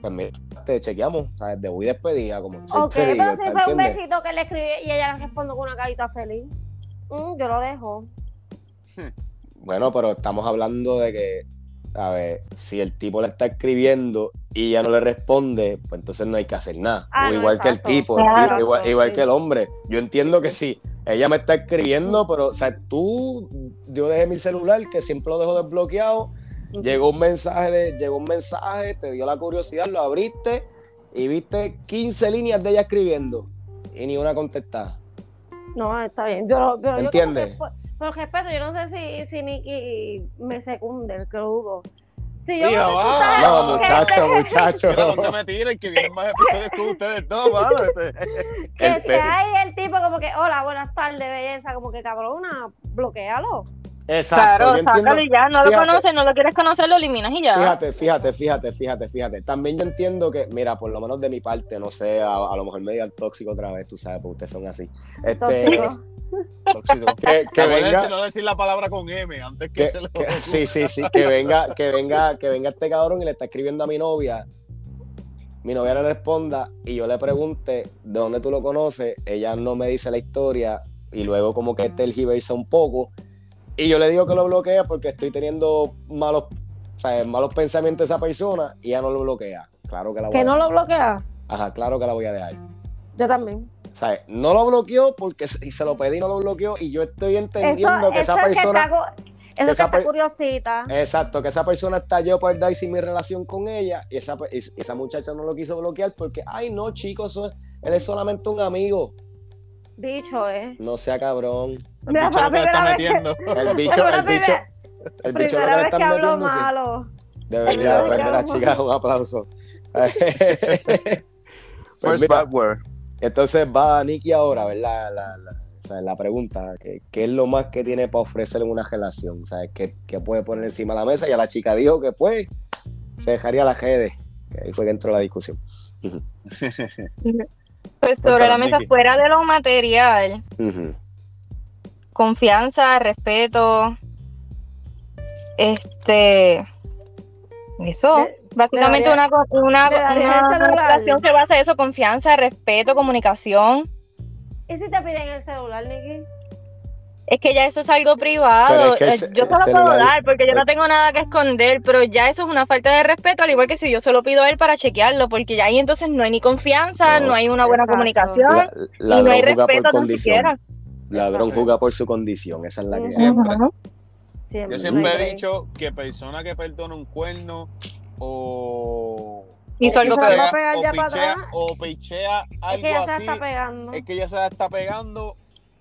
pues mira, te chequeamos, ¿sabes? De voy despedida, como siempre Ok, pero digo, si ¿te fue un entiendes? besito que le escribí y ella le respondió con una carita feliz. Mm, yo lo dejo. Bueno, pero estamos hablando de que, ¿sabes? Si el tipo le está escribiendo y ya no le responde, pues entonces no hay que hacer nada. Ah, o no, igual que el exacto. tipo, el Claro. tipo, igual, igual Sí. que el hombre. Yo entiendo que sí. Ella me está escribiendo, pero, o sea, tú, yo dejé mi celular, que siempre lo dejo desbloqueado, Llegó un mensaje, de, llegó un mensaje, te dio la curiosidad, lo abriste y viste 15 líneas de ella escribiendo y ni una contestada. No, está bien. Yo, lo- pero yo como ¿Entiendes? que por- Por respeto, yo no sé si, si Nicky me secunde, el que lo dudo. Si yo Mira, no sé si va. ustedes- No, que- muchacho, este, muchacho. Mira, no se me tiren, que vienen más episodios con ustedes dos, mano. Este, que, El que pe- hay el tipo como que, hola, buenas tardes, belleza, como que cabrona, bloquealo. Exacto, Claro, yo sácalo entiendo. y ya, no lo fíjate. conoces, no lo quieres conocer, lo eliminas y ya. Fíjate, fíjate, fíjate, fíjate, fíjate. También yo entiendo que, mira, por lo menos de mi parte, no sé, a, a lo mejor me diga el tóxico otra vez, tú sabes, porque ustedes son así. Este, Tóxico. tóxico. que, que Acuérdense venga. no decir la palabra con M antes que, que- se lo que- sí, sí, sí, que venga, que venga, que venga este cabrón y le está escribiendo a mi novia. Mi novia le responda y yo le pregunte de dónde tú lo conoces. Ella no me dice la historia y luego como que tergiversa un poco. Y yo le digo que lo bloquea porque estoy teniendo malos, ¿sabes? malos pensamientos de esa persona y ella no lo bloquea. Claro que la voy Que a no dejar. lo bloquea. Ajá, claro que la voy a dejar. Yo también. ¿Sabes? No lo bloqueó porque se, y se lo pedí, no lo bloqueó y yo estoy entendiendo Eso, que esa eso es persona... que está, cu- eso es que esa está per- curiosita. Exacto, que esa persona está yo por dar sin mi relación con ella y esa, y esa muchacha no lo quiso bloquear porque, ay no, chicos, él es solamente un amigo. Bicho, eh. No sea cabrón. El Mira, bicho para lo que le la está primera vez metiendo. El bicho, Bueno, el bicho, primera- el bicho lo que primera le vez que están hablo metiendo. sí. malo. Debería, Primera vez pues, que mira, hablo chicas, un aplauso. Pues First mira, bad word. entonces va Nicky ahora, ¿verdad? La, la- o sea, la pregunta, ¿qué, qué es lo más que tiene para ofrecer en una relación? ¿Sabes? ¿Qué, qué puede poner encima de la mesa? Y a la chica dijo que pues se dejaría las redes. Que Ahí fue que entró la discusión. Pues sobre la Cuéntanos, mesa, Nikki. fuera de lo material, Ujú. confianza, respeto, este, eso. Le- Básicamente le una, co- una, le daría una el celular. relación se basa en eso, confianza, respeto, comunicación. ¿Y si te piden el celular, Nicky? Es que ya eso es algo privado. Pero es que eh, ese- yo el se lo puedo celular- dar porque yo no el- tengo nada que esconder, pero ya eso es una falta de respeto, al igual que si yo se lo pido a él para chequearlo, porque ya ahí entonces no hay ni confianza, No, no, hay una buena exacto. comunicación La- y no hay ladrón juega por respeto ni condición. siquiera. Ladrón Exacto. juega por su condición. Esa es la que Ujú. Siempre. Ajá. Siempre. Yo siempre Ok. he dicho que persona que perdona un cuerno o. Hizo o algo pichea- peor. Va a pegar o ya para pichea- atrás. O pichea Es algo que ya se la así. está pegando. Es que ya se la está pegando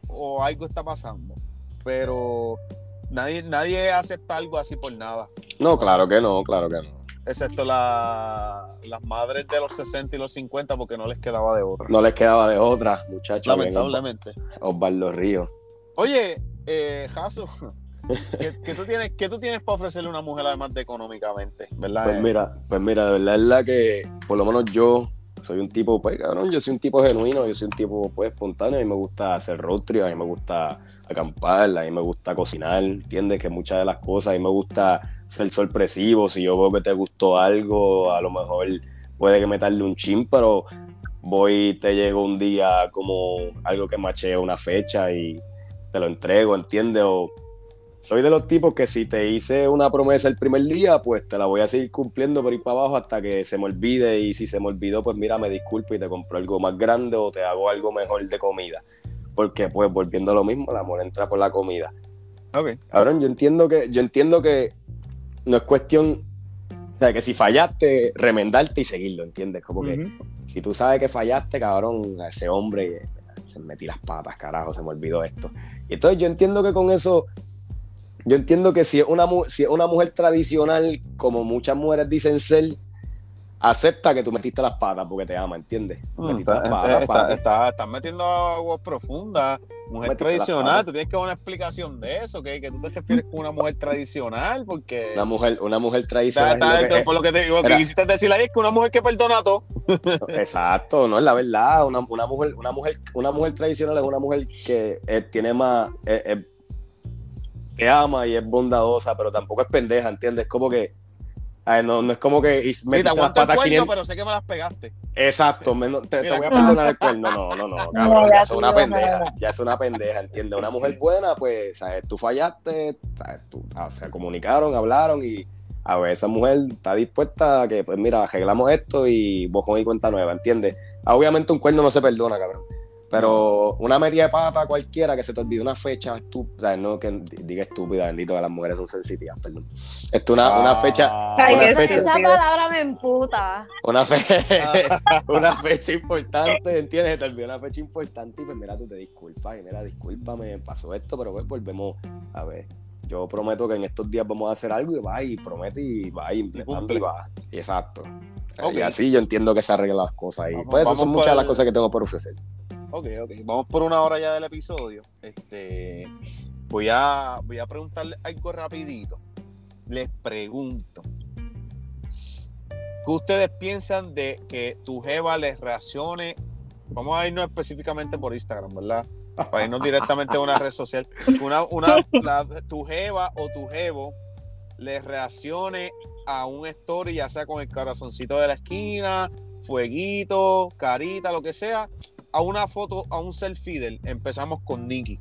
o algo está pasando. Pero nadie, nadie acepta algo así por nada. No, claro que no, claro que no. Excepto la- las madres de los 60 y los 50 porque no les quedaba de otra. No les quedaba de otra, muchachos. Lamentablemente. Osvaldo Ríos. Oye, eh, Jaso, ¿qué, qué tú tienes, qué tú tienes para ofrecerle a una mujer además de económicamente? ¿Verdad? Pues eh? mira, pues mira, de verdad es la que, por lo menos yo, soy un tipo, pues cabrón, yo soy un tipo genuino, yo soy un tipo, pues, espontáneo, a mí me gusta hacer road trip, a mí me gusta acampar, a mí me gusta cocinar, ¿entiendes? Que muchas de las cosas, a mí me gusta ser sorpresivo, si yo veo que te gustó algo, a lo mejor puede que meterle un chin, pero voy y te llego un día como algo que machea una fecha y te lo entrego, ¿entiendes? O soy de los tipos que si te hice una promesa el primer día, pues te la voy a seguir cumpliendo por ir para abajo hasta que se me olvide y si se me olvidó, pues mira, me disculpo y te compro algo más grande o te hago algo mejor de comida. Porque pues volviendo a lo mismo, el amor entra por la comida. Ok. Cabrón, yo entiendo que, yo entiendo que no es cuestión, o sea, que si fallaste, remendarte y seguirlo, ¿entiendes? Como que Ujú. si tú sabes que fallaste, cabrón, a ese hombre eh, se metí las patas, carajo, se me olvidó esto. Y entonces yo entiendo que con eso Yo entiendo que si es una, mu- si es una mujer tradicional, como muchas mujeres dicen ser, acepta que tú metiste las patas porque te ama, ¿entiendes? Mm, Metiste está- las está- patas, está- papi. está- Estás metiendo aguas profundas. Mujer Metiste las tradicional, patas. tú tienes que dar una explicación de eso, que, que tú te refieres con una mujer tradicional, porque... Una mujer, una mujer eh, Está- tradicional. está- lo que es- por lo que te digo, que Mira. quisiste decir ahí es que una mujer que perdona a todo. Exacto, no es la verdad. Una, una mujer, una mujer, una mujer tradicional es una mujer que eh, tiene más, eh, eh, te ama y es bondadosa, pero tampoco es pendeja, ¿entiendes? Es como que ay, no, no es como que y Y te metiste las aguanto el patas cuerno, 500 pero sé que me las pegaste. Exacto, menos- te, te Mira. voy a perdonar el cuerno. No, no, no, cabrón, ya ya es tú, una no, pendeja. no. Ya es una pendeja, ¿entiendes? Una mujer buena, pues, ¿sabes? Tú fallaste, ¿sabes? Tú, ah, se comunicaron, hablaron y a ver, esa mujer está dispuesta a que, pues, mira, arreglamos esto y bojón y cuenta nueva, ¿entiendes? Ah, Obviamente un cuerno no se perdona, cabrón. Pero una media de pata cualquiera que se te olvide una fecha estúpida, no que diga estúpida, bendito, que las mujeres son sensitivas, perdón. Esto una, Ah. una fecha, Ay, una qué fecha. Esa palabra me emputa. Una, fe- una fecha importante, ¿entiendes? Te olvidó una fecha importante y pues mira, tú te disculpas y mira, discúlpame, pasó esto, pero pues volvemos a ver. Yo prometo que en estos días vamos a hacer algo y va y promete y va y implementando cumple. y va. Y Exacto. Ok. Y así yo entiendo que se arreglan las cosas y Vamos- pues esas vamos son muchas de por las el- cosas que tengo por ofrecer. Ok, ok. Vamos por una hora ya del episodio. Este, voy a, voy a preguntarle algo rapidito. Les pregunto. ¿Qué ustedes piensan de que tu jeva les reaccione? Vamos a irnos específicamente por Instagram, ¿verdad? Para irnos directamente a una red social. Una, una, la- tu jeva o tu jevo les reaccione a un story, ya sea con el corazoncito de la esquina, fueguito, carita, lo que sea, a una foto, a un selfie del. Empezamos con Nicky.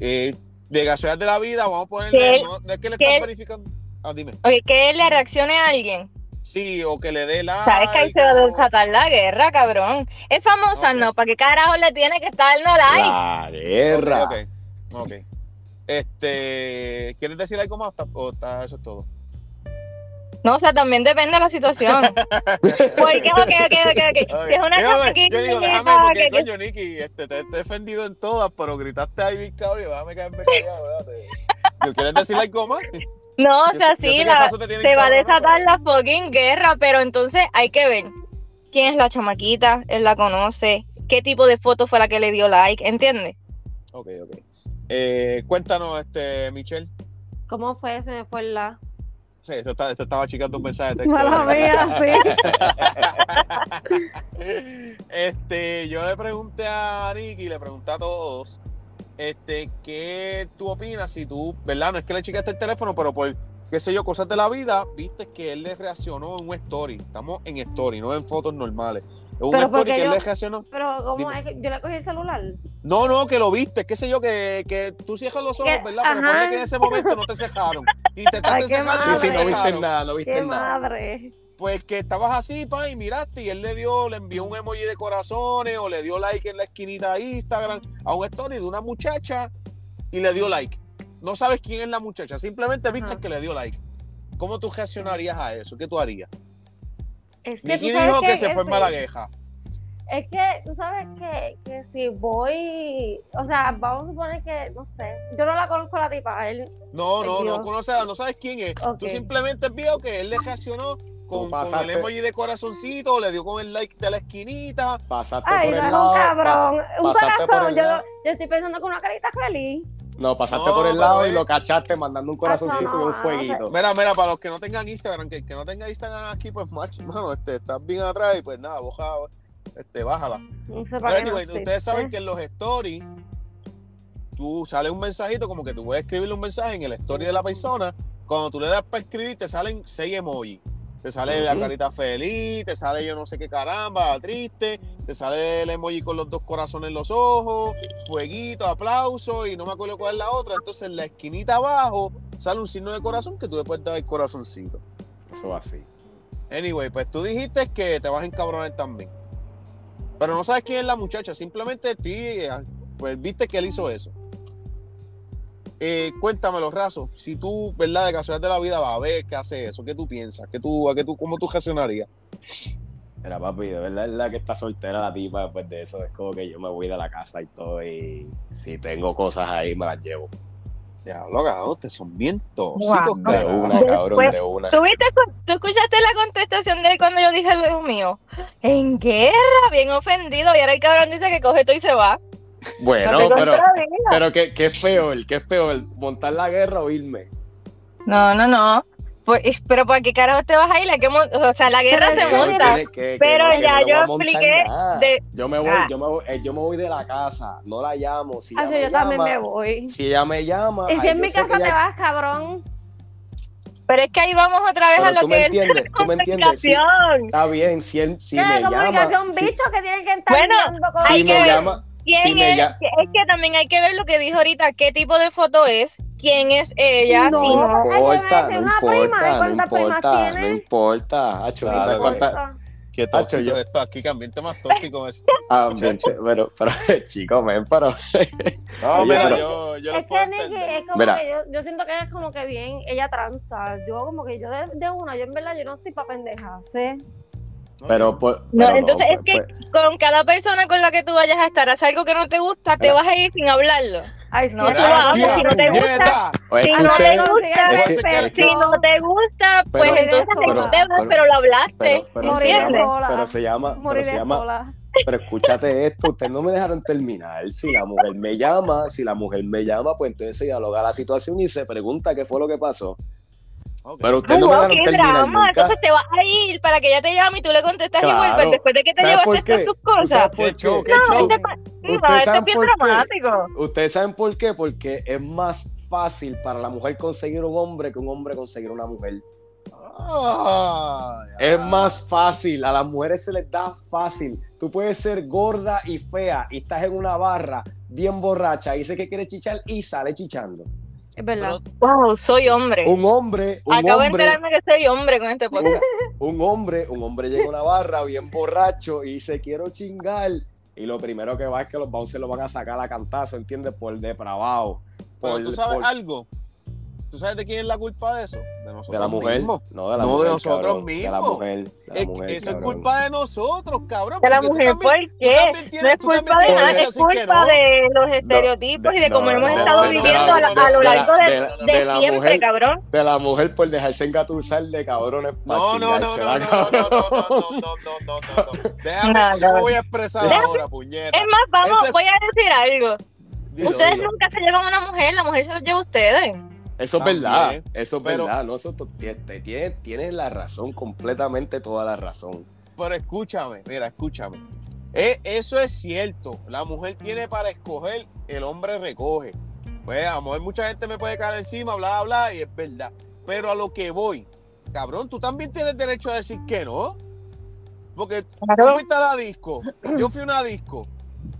Eh, de casualidad de la vida, vamos a ponerle. ¿Qué? No, no es que le ¿Qué? están verificando. Ah, dime. Ok, que le reaccione a alguien. Sí, o que le dé la. Sabes que ahí se va a desatar la guerra, cabrón. Es famosa, Ok. no. ¿Para qué carajo le tiene que estar no like? La guerra. Ok, ok. ok. Este, ¿quieres decir algo más? Ta- O está, eso es todo. No, o sea, también depende de la situación. Porque, ok, ok, ok, ok. Si es una Déjame, chamaquita yo digo, déjame, que- "Ah, porque que- coño, Nicky, este, te, te he defendido en todas, pero gritaste ahí bien cabrón y déjame caerme callado, ¿verdad? Yo, ¿Quieres decir algo más? No, o Yo sea, sé- yo sé sí, que la- Jaso te tiene se va a encabronado, desatar la fucking guerra, pero entonces hay que ver quién es la chamaquita, él la conoce, qué tipo de foto fue la que le dio like, ¿entiendes? Ok, ok. Eh, cuéntanos, este, Michelle. ¿Cómo fue? Se me fue la. Sí, esto, está- esto estaba chicando un mensaje de texto. Mala mía, sí. este, yo le pregunté a Nicky, le pregunté a todos, este, ¿qué tú opinas? Si tú, ¿verdad? No es que le chicaste el teléfono, pero por, qué sé yo, cosas de la vida, viste que él le reaccionó en un story. Estamos en story, no en fotos normales. En un Pero story porque que él yo- le reaccionó. Pero como Dime. es que yo le cogí el celular. No, no, que lo viste, qué sé yo, que, que tú cierras los ojos, Que- ¿verdad? Pero ajá. ponle que en ese momento no te cejaron. Ay, Intentaste qué cejar y Ah, madre. no Sí, te sí, no viste cejaron. nada, no viste ¡Qué nada. madre! Pues que estabas así, pa, y miraste, y él le dio, le envió un emoji de corazones, o le dio like en la esquinita de Instagram, a un story de una muchacha, y le dio like. No sabes quién es la muchacha, simplemente viste Ajá. que le dio like. ¿Cómo tú reaccionarías a eso? ¿Qué tú harías? Es que, Nicky tú sabes dijo que, se es- fue en Malagueja. Es que tú sabes que, que si voy, o sea, vamos a suponer que, no sé, yo no la conozco a la tipa, él, No, Ay, no, no Dios. conoces, no sabes quién es. Ok. Tú simplemente vio que él le reaccionó con, con el pasaste. emoji de corazoncito, le dio con el like de la esquinita. Pasaste ay, por no el es lado. un pas- cabrón, un pasaste por corazón, el yo, lado. yo estoy pensando con una carita feliz. no, pasaste No, por el pero lado y es- lo cachaste mandando un corazoncito y no, un no, no, fueguito. Mira, mira, para los que no tengan Instagram, que el que no tenga Instagram aquí, pues macho, mano, este, estás bien atrás y pues nada, boja, este, bájala. No sé Pero para qué. anyway, ustedes saben que en los stories, tú sale un mensajito, como que tú puedes escribirle un mensaje en el story de la persona. Cuando tú le das para escribir, te salen seis emojis. Te sale la Ujú. carita feliz, te sale yo no sé qué caramba, triste, te sale el emoji con los dos corazones en los ojos, fueguito, aplauso y no me acuerdo cuál es la otra. Entonces en la esquinita abajo sale un signo de corazón que tú después das el corazoncito. Eso así. Anyway, pues tú dijiste que te vas a encabronar también. Pero no sabes quién es la muchacha, simplemente ti, eh, pues viste que él hizo eso. Eh, cuéntamelo, Razo, si tú, ¿verdad? De casualidad de la vida vas a ver qué hace eso, qué tú piensas, ¿Qué tú, a qué tú, cómo tú reaccionarías. Era papi, de verdad es la que está soltera la tipa después de eso. Es como que yo me voy de la casa y todo. Y si tengo cosas ahí, me las llevo. Diablo, cabrón, ustedes son bien tóxicos, Wow. De cabrón. una, cabrón, de una. ¿Tú, viste cu- tú escuchaste la contestación de él cuando yo dije lo mío? En guerra, bien ofendido. Y ahora el cabrón dice que coge todo y se va. Bueno, No, pero, pero- pero ¿qué, qué es peor? ¿Qué es peor? ¿Montar la guerra o irme? no, no, no. Pues, pero ¿para qué carajo te vas a ir? ¿A qué mon- O sea, la guerra Pero se yo no monta. tiene que- que Pero no, que ya no le voy a yo montar expliqué nada. de- Yo me voy, Ah. yo me voy, eh, yo me voy de la casa, no la llamo. Si ella Ah, me pero yo también llama- me voy. Si ella me llama. Y si ahí en yo mi sé que casa ella- te vas, cabrón. Pero es que ahí vamos otra vez Pero a tú lo me que es entiendes, tú me entiendes. Sí, comunicación. está bien, si, él, si ¿Qué me llama. comunicación, si- bicho, que tienen que estar Bueno, viendo con- si Hay me que ver. llama. ¿Quién si me es? ya- Es que también hay que ver lo que dijo ahorita, qué tipo de foto es, quién es ella. No. si no- Ay, yo iba a Importa, decir no una prima, ¿y importa, no cuántas primas importa, no tienes? importa. Acho, Claro, ¿sabes claro. cuántas- Qué Hacho, tóxico yo- esto aquí, que ambiente más tóxico es. Ah, bien, pero, pero, chico, men, pero. No, Oye, mira, Ah, pero- yo, yo Es los que puedo Nikki, entender. es como Mira. que yo, yo siento que ella es como que bien, ella tranza. Yo como que yo de, de una, yo en verdad yo no estoy para pendejas, ¿eh? ¿no? pero, pues, No, pero entonces pues, es que pues, con cada persona con la que tú vayas a estar, hace algo que no te gusta, te Mira. vas a ir sin hablarlo. Ay, sí, No, es tú vas a- que- Gracias, si no te gusta, puñeta. oye, Si es Ah, que no ustedes- te ustedes- gusta, es que- pues, es que- si no te gusta, pues Pero- entonces si tú pero- te vas, pero- pero lo hablaste, pero, pero se Moriré llama, sola. pero se llama, pero se Moriré llama, sola. pero escúchate esto, ustedes no me dejaron terminar. Si la mujer me llama, si la mujer me llama, pues entonces se dialoga la situación y se pregunta qué fue lo que pasó. Ok. Pero ustedes no me Hubo dejaron que terminar drama, nunca. entonces te vas a ir para que ella te llame y tú le contestas Claro. igual, pero después de que te ¿Sabes llevaste por qué? todas tus ¿Tú cosas. sabes por Qué show, qué? qué No, show. este pa- no, ¿Ustedes este es saben bien por qué? dramático. Ustedes saben por qué, porque es más fácil para la mujer conseguir un hombre que un hombre conseguir una mujer. Ah, ya. Es más fácil, a las mujeres se les da fácil. Tú puedes ser gorda y fea y estás en una barra bien borracha, dice que quiere chichar y sale chichando. Es verdad. Pero- Wow, soy hombre. Un hombre, un Acabo de hombre, enterarme que soy hombre con este podcast. un, un hombre, un hombre llega a una barra bien borracho y dice quiero chingar y lo primero que va es que los bouncers lo van a sacar a cantazo, ¿entiendes? Por depravado. Pero por- tú sabes por- algo. ¿Tú sabes de quién es la culpa de eso? De nosotros de la mujer, mismos. no de la No, de mujer, nosotros cabrón, de la mismos. mujer, de la Es- mujer, eso cabrón. es culpa de nosotros, cabrón. de la porque tú mujer, también- ¿por qué? también No tienes- es tú también culpa de tienes nadie, derecho es a decir que culpa no. de los estereotipos y de cómo no, hemos no, estado no, no, viviendo no, a, la- no, a lo de la- largo de, de la- de de la siempre, mujer. cabrón. de la mujer por dejarse engatusar de cabrones. pa' No, no, no, no, no, chingársela, no, no, no, no, cabrón. no, no, no, no. Déjame, No, yo no. me voy a expresar Déjame- ahora, puñeta. Es más, vamos, Eso es- voy a decir algo. Dilo, ustedes dilo. nunca se llevan a una mujer, la mujer se los lleva a ustedes. Eso es También, verdad, eso es pero- verdad. No, eso tú- ti- te- tienes, tienes la razón, completamente toda la razón. Pero escúchame, mira, escúchame. Eh, eso es cierto. La mujer tiene para escoger, el hombre recoge. Pues a lo mejor mucha gente me puede caer encima, bla, bla, y es verdad. Pero a lo que voy, cabrón, tú también tienes derecho a decir que no. Porque tú fuiste a la disco, yo fui a una disco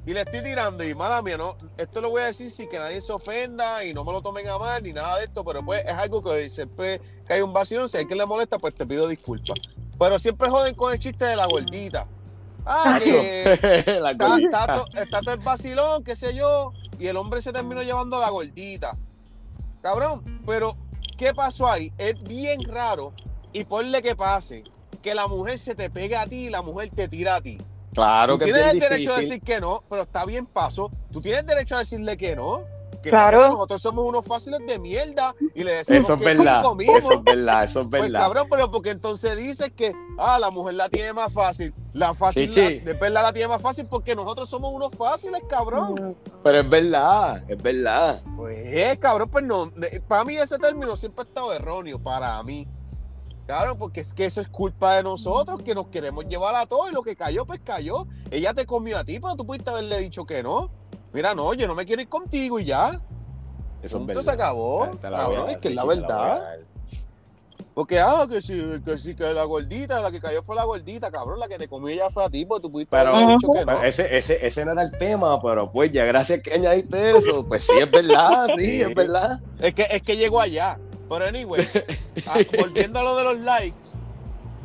y le estoy tirando y mala mía, no, esto lo voy a decir sin que nadie se ofenda y no me lo tomen a mal ni nada de esto, pero pues es algo que siempre que hay un vacío, si hay quien le molesta, pues te pido disculpas. Pero siempre joden con el chiste de la gordita. Ah, que La está, gordita. está to- está todo el vacilón, qué sé yo, y el hombre se terminó llevando a la gordita. Cabrón, pero ¿qué pasó ahí? Es bien raro y ponle que pase, que la mujer se te pega a ti y la mujer te tira a ti. Claro Tú que es tienes bien el derecho a difícil. decir que no, pero está bien paso. Tú tienes derecho a decirle que no. Que Claro. pasa que Nosotros somos unos fáciles de mierda y le decimos Eso es que verdad, sí comimos. eso es verdad, eso es Pues verdad. cabrón, pero porque entonces dices que ah, la mujer la tiene más fácil. La fácil, Chichi. la- de verdad la tiene más fácil porque nosotros somos unos fáciles, cabrón. Pero es verdad, es verdad. Pues, cabrón, pues no. de- Para mí ese término siempre ha estado erróneo, para mí. Claro, porque es que eso es culpa de nosotros, que nos queremos llevar a todo y lo que cayó, pues cayó. Ella te comió a ti, pero tú pudiste haberle dicho que no. Mira, no, yo no me quiero ir contigo y ya. Eso es Punto, verdad. se acabó. Te- te la voy a Cabrón, dar, es que es la Ricky, te voy a verdad. dar. Porque, ah, que sí, que sí, que la gordita, la que cayó fue la gordita, cabrón, la que te comió ella fue a ti, porque tú pudiste Pero- haberle dicho que Pero no. ese, ese, ese no era el tema, pero pues ya gracias que añadiste eso. Pues sí, es verdad, sí, es verdad. Es que, es que llegó allá. Pero anyway, ah, volviendo a lo de los likes,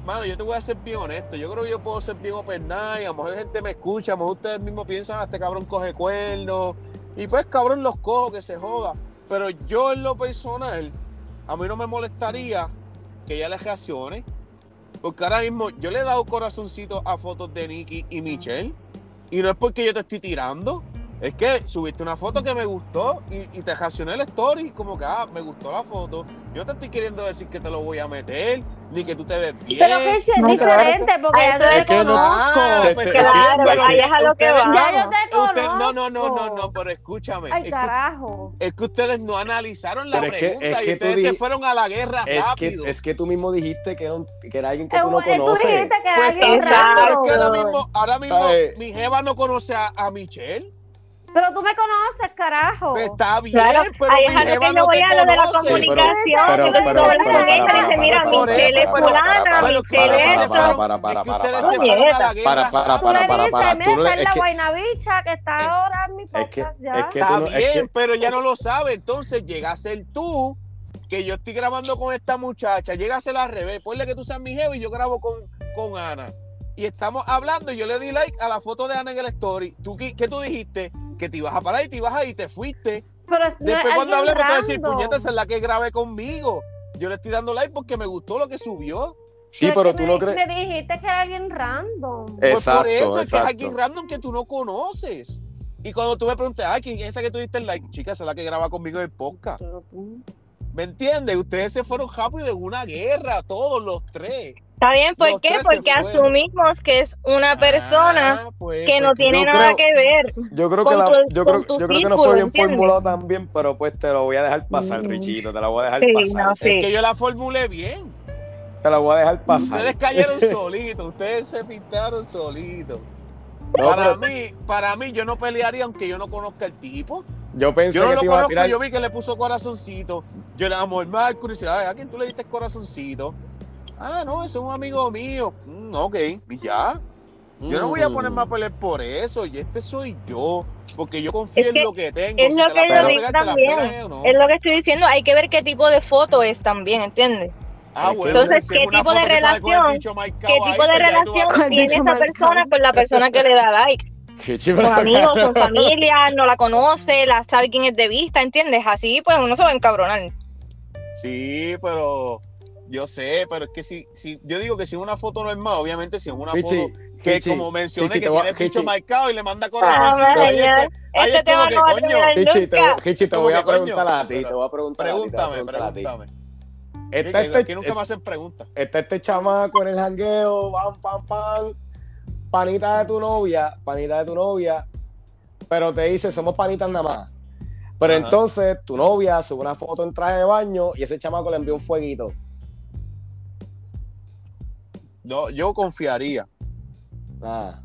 mano, yo te voy a ser bien honesto. Yo creo que yo puedo ser bien open night. A lo mejor gente me escucha, a lo mejor ustedes mismos piensan, "Ah, este cabrón coge cuernos. Y pues, cabrón, los cojo, que se joda. Pero yo en lo personal, a mí no me molestaría que ella les reaccione. Porque ahora mismo yo le he dado corazoncito a fotos de Nicky y Michelle. Y no es porque yo te estoy tirando. Es que subiste una foto que me gustó y, y te reaccioné el story, como que, ah, me gustó la foto. Yo te estoy queriendo decir que te lo voy a meter, ni que tú te ves bien. Pero que es ni nada. diferente, porque Ah, ya eso yo es te que no- conozco. Ah, pero- Claro, pero- ahí es a lo que ustedes- vamos. Ya yo te conozco. Usted- no, no, no, no, no, pero escúchame. Ay, es, que, carajo. es que ustedes no analizaron la Pero es que- pregunta es y que tú ustedes se di- fueron a la guerra Es que, rápido. es que tú mismo dijiste que era, un- que era alguien que Eh, tú no eh, tú conoces. dijiste que era Pues alguien está bien, pero raro. es que ahora mismo, ahora mismo ¿Sabes? mi jeva no conoce a, a Michelle. Pero tú me conoces, carajo. Pues está bien, Claro, pero ahí mi es a lo jeva que no yo voy te a lo de la conoce. comuni- comunicación. pero- Entonces pero- tú hablas pero- con ella y pero- dices, mira, pero- Michelle es pero- pero- fulana, pero- Michelle es pero- esto. pero- para, para, es que para, ustedes para, se fueron a la para, guerra para, para, rápido. Tú me para, para, para. dijiste, Tú no- mira, está en es la que- guaynabicha que está ahora en mi es que- podcast ya. es que- Está tú no- bien, que- pero ya no lo sabe. Entonces llega a ser tú que yo estoy grabando con esta muchacha. Llega a ser al revés. Ponle que tú seas mi jefe y yo grabo con, con Ana. Y estamos hablando y yo le di like a la foto de Ana en el story. ¿Tú qué, qué tú dijiste? Que te ibas a parar y te ibas a ir y te fuiste. Pero es- no Después es cuando alguien hablemos te voy a decir, random. puñeta, esa es la que grabé conmigo. Yo le estoy dando like porque me gustó lo que subió. Sí, es pero que tú me no di- crees. Me dijiste que era alguien random. Eh, Pues por Exacto, eso es que es exacto. alguien random que tú no conoces. Y cuando tú me preguntas, ay, ¿quién es esa que tú diste el like? Chica, esa es la que graba conmigo en el podcast. Pero tú- ¿Me entiendes? Ustedes se fueron rápido en una guerra, todos los tres. Está bien, ¿por Los qué? tres se Porque fueron. asumimos que es una persona Ah, pues, que no pues, tiene yo nada creo- que ver. Yo creo que, con la- tu- yo con creo, tu yo creo que no círculo, fue bien ¿entiendes? formulado también, pero pues te lo voy a dejar pasar, Mm. Richito. Te la voy a dejar Sí, pasar. no, sí. Es que yo la formulé bien. Te la voy a dejar pasar. Ustedes cayeron solitos, ustedes se pintaron solitos. No, para pero mí, para mí, yo no pelearía aunque yo no conozca el tipo. yo pensé Yo no que lo te iba a conozco, tirar. yo vi que le puso corazoncito. Yo le amo el Mercury. y dice, "Ay, ¿A quién tú le diste el corazoncito? Ah, no, ese es un amigo mío. Mm, ok, y ya. Yo no voy Mm. a ponerme a pelear por eso. Y este soy yo. Porque yo confío Es en que lo que tengo. es lo te la que yo pegan, digo pegan, te la también. pegan, eh, o no. Es lo que estoy diciendo, hay que ver qué tipo de foto es también, ¿entiendes? Ah, bueno, Entonces, si es ¿qué una tipo de foto que sale con el relación? bicho marcado ¿Qué ahí, tipo pues de ya tú vas- relación Ay, tiene bicho esa marcado. persona con la persona que le da like? Qué chivo. Son amigos, son familia, no la conoce, la sabe quién es de vista, ¿entiendes? Así pues uno se va a encabronar. Sí, pero yo sé, pero es que si, si yo digo que si es una foto normal, obviamente si es una Pichi, foto que Pichi, como mencioné Pichi, que te voy a- tiene el bicho Pichi. marcado y le manda Ah, corazoncito. ahí ya. este- ahí Este es tema como que, no va a coño, terminar Pichi, te, nunca. Pichi, te Como voy a que, coño, preguntar a ti, te voy a preguntar a ti. te voy a Pregúntame, preguntar a ti. pregúntame. Sí, Está que este, aquí nunca me hacen preguntas. está este chamaco en el jangueo, pam, pam, pam, panita de tu novia, panita de tu novia, pero te dice, somos panitas nada más. Pero Ajá. entonces tu novia sube una foto en traje de baño y ese chamaco le envió un fueguito. No, yo confiaría. Ah,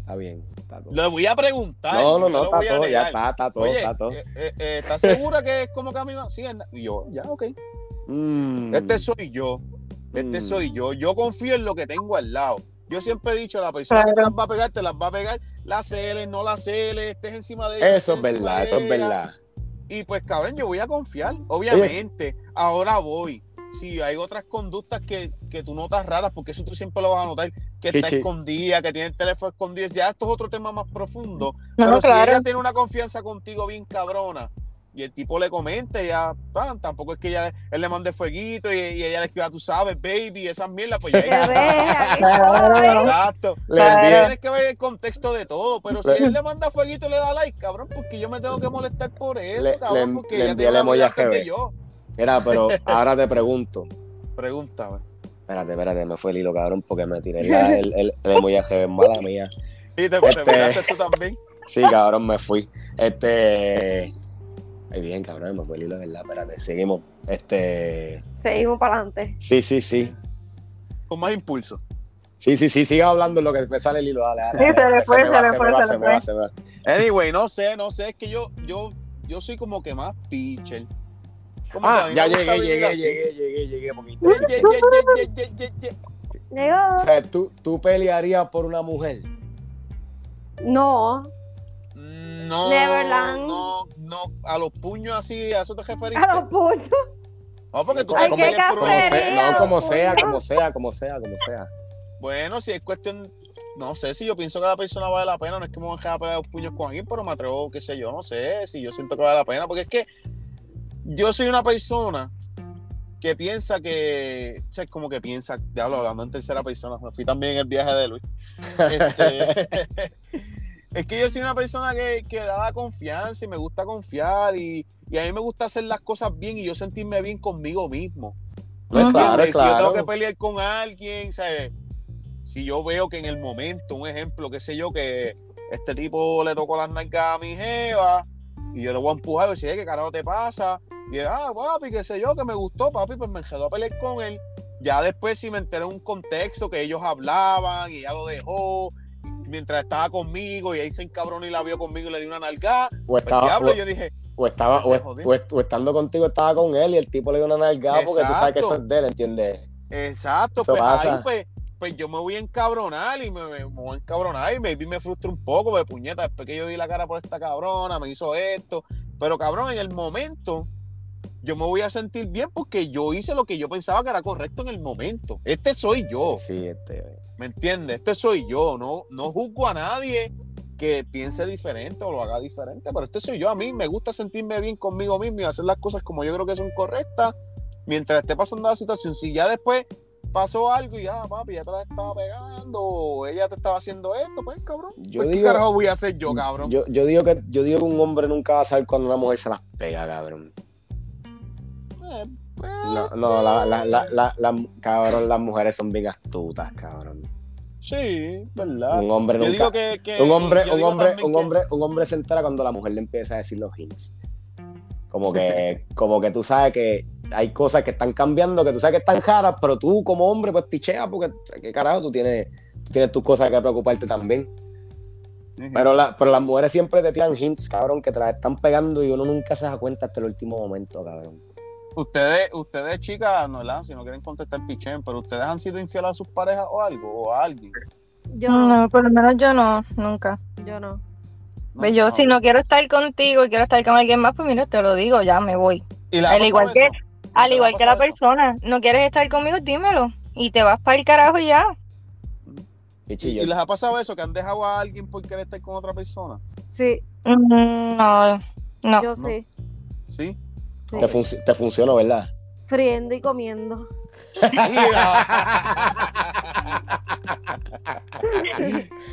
está bien, está todo. Le voy a preguntar. No, lo no, no, está voy a todo, ya negar. está, está todo, Oye, está todo. eh, eh, eh, ¿estás segura que es como camino? Sí, Hernán. y yo, ya, ok. Mm, Este soy yo. Este Mm. soy yo. Yo confío en lo que tengo al lado. Yo siempre he dicho, la persona que te las va a pegar, te las va a pegar. Las CL, no las CL, estés encima de ella. Eso es estés encima verdad, de eso es este ella. verdad. Y pues, cabrón, yo voy a confiar. Obviamente, ahora voy. Si hay otras conductas que, que tú notas raras, porque eso tú siempre lo vas a notar, que está Chichi. escondida, que tiene el teléfono escondido, ya esto es otro tema más profundo. No, pero no, claro. si ella tiene una confianza contigo bien cabrona y el tipo le comente, ya, pan, tampoco es que ella, él le mande fueguito y, y ella le escriba, tú sabes, baby, esas mierdas, pues ya Te ves, ella- aquí Exacto. Le Claro. envié- Tienes que ver el contexto de todo, pero si él le manda fueguito y le da like, cabrón, porque yo me tengo que molestar por eso, Le- cabrón, le- porque le ella envié tiene el una emoji vida a antes de Jebe. yo. Mira, pero ahora te pregunto. Pregúntame. Espérate, espérate, me fue el hilo, cabrón, porque me tiré la- el, el, el emoji, mala mía. Y te, te Este- miraste tú también. Sí, cabrón, me fui. Este. Ay, bien, cabrón, me fue el hilo, ¿verdad? Espérate, seguimos. Este. Seguimos para adelante. Sí, sí, sí. Con más impulso. Sí, sí, sí, siga hablando en lo que me sale el hilo. Dale, dale. Sí, dale, se le dale, fue, me se va, le me fue, va, se le me fue. va, se me va. Anyway, no sé, no sé, es que yo, yo, yo soy como que más teacher. Como que a Ah, mí ya me gusta llegué, vivir llegué, así. llegué, llegué, llegué, poquito. Ye, ye, ye, ye, ye, ye, ye. Llegó. O sea, ¿tú, tú pelearías por una mujer. No. No, Neverland. no, no, a los puños así, a eso te referiste. A los puños. No, porque tú te Ay, qué conviertes por una Como Pelearía, mujer. sea, no, como por sea, Dios. como sea, como sea, como sea. Bueno, si es cuestión, no sé si yo pienso que la persona vale la pena, no es que me voy a dejar pegar los puños con alguien, pero me atrevo, qué sé yo, no sé si yo siento que vale la pena, porque es que yo soy una persona que piensa que, o sea, es como que piensa, diablo, hablando en tercera persona, me fui también en el viaje de Luis. Este, Es que yo soy una persona que, que da confianza y me gusta confiar y, y a mí me gusta hacer las cosas bien y yo sentirme bien conmigo mismo. ¿Me Claro, entiendes? Pues Si yo claro. tengo que pelear con alguien, ¿sabes? si yo veo que en el momento, un ejemplo, qué sé yo, que este tipo le tocó las nalgas a mi jeva y yo le voy a empujar y decir, "Ey, ¿qué carajo te pasa? Y él, ah, papi, qué sé yo, que me gustó, papi, pues me quedó a pelear con él. Ya después si me enteré en un contexto que ellos hablaban y ya lo dejó mientras estaba conmigo y ahí se encabronó y la vio conmigo y le di una nalgada. O Pues, estaba, diablo, o, yo dije, o estaba se o, jodió. o est- o estando contigo estaba con él y el tipo le dio una nalgada porque tú sabes que eso Exacto. es de él, ¿entiendes? Exacto, Eso pues pasa. ahí pues, pues yo me voy a encabronar y me, me voy a encabronar y maybe me frustro un poco, pues puñeta, después que yo di la cara por esta cabrona, me hizo esto, pero cabrón, en el momento yo me voy a sentir bien porque yo hice lo que yo pensaba que era correcto en el momento. Este soy yo, Sí, este, ¿me entiendes? Este soy yo, no, no juzgo a nadie que piense diferente o lo haga diferente, pero este soy yo, a mí me gusta sentirme bien conmigo mismo y hacer las cosas como yo creo que son correctas mientras esté pasando la situación, si ya después pasó algo y ya, papi, ya te la estaba pegando, o ella te estaba haciendo esto, pues cabrón. Yo pues, ¿Qué digo- carajo voy a hacer yo, cabrón? Yo, yo digo que, yo digo que un hombre nunca va a saber cuando una mujer se las pega, cabrón. Eh, pues, No, no, la, la, la, la- la- cabrón, las mujeres son bien astutas, cabrón. Sí, ¿verdad? Un hombre Yo nunca. digo que, que- un hombre, yo un digo hombre, también un que- hombre, un hombre se entera cuando la mujer le empieza a decir los hints. Como que, como que tú sabes que hay cosas que están cambiando, que tú sabes que están raras, pero tú como hombre, pues pichea, porque qué carajo, tú tienes, tú tienes tus cosas que preocuparte también. Ujú. Pero, la- pero las mujeres siempre te tiran hints, cabrón, que te las están pegando y uno nunca se da cuenta hasta el último momento, cabrón. ustedes, ustedes chicas, no, ¿verdad? si no quieren contestar pichén, pero ustedes han sido infieles a sus parejas o algo, o a alguien. Yo no, No, por lo menos yo no, nunca. yo no. No, Pues yo, no. si no quiero estar contigo y quiero estar con alguien más, pues mira, te lo digo, ya me voy. ¿Y la al cosa igual es que- eso? ¿No Al te igual ha que la pasado eso? persona, no quieres estar conmigo, dímelo. Y te vas para el carajo y ya. Pichi, ¿Y yo- les ha pasado eso? ¿Que han dejado a alguien por querer estar con otra persona? Sí, Mm, No, no. yo No. sí. ¿Sí? sí. te, func- te funcionó, ¿verdad? Friendo y comiendo.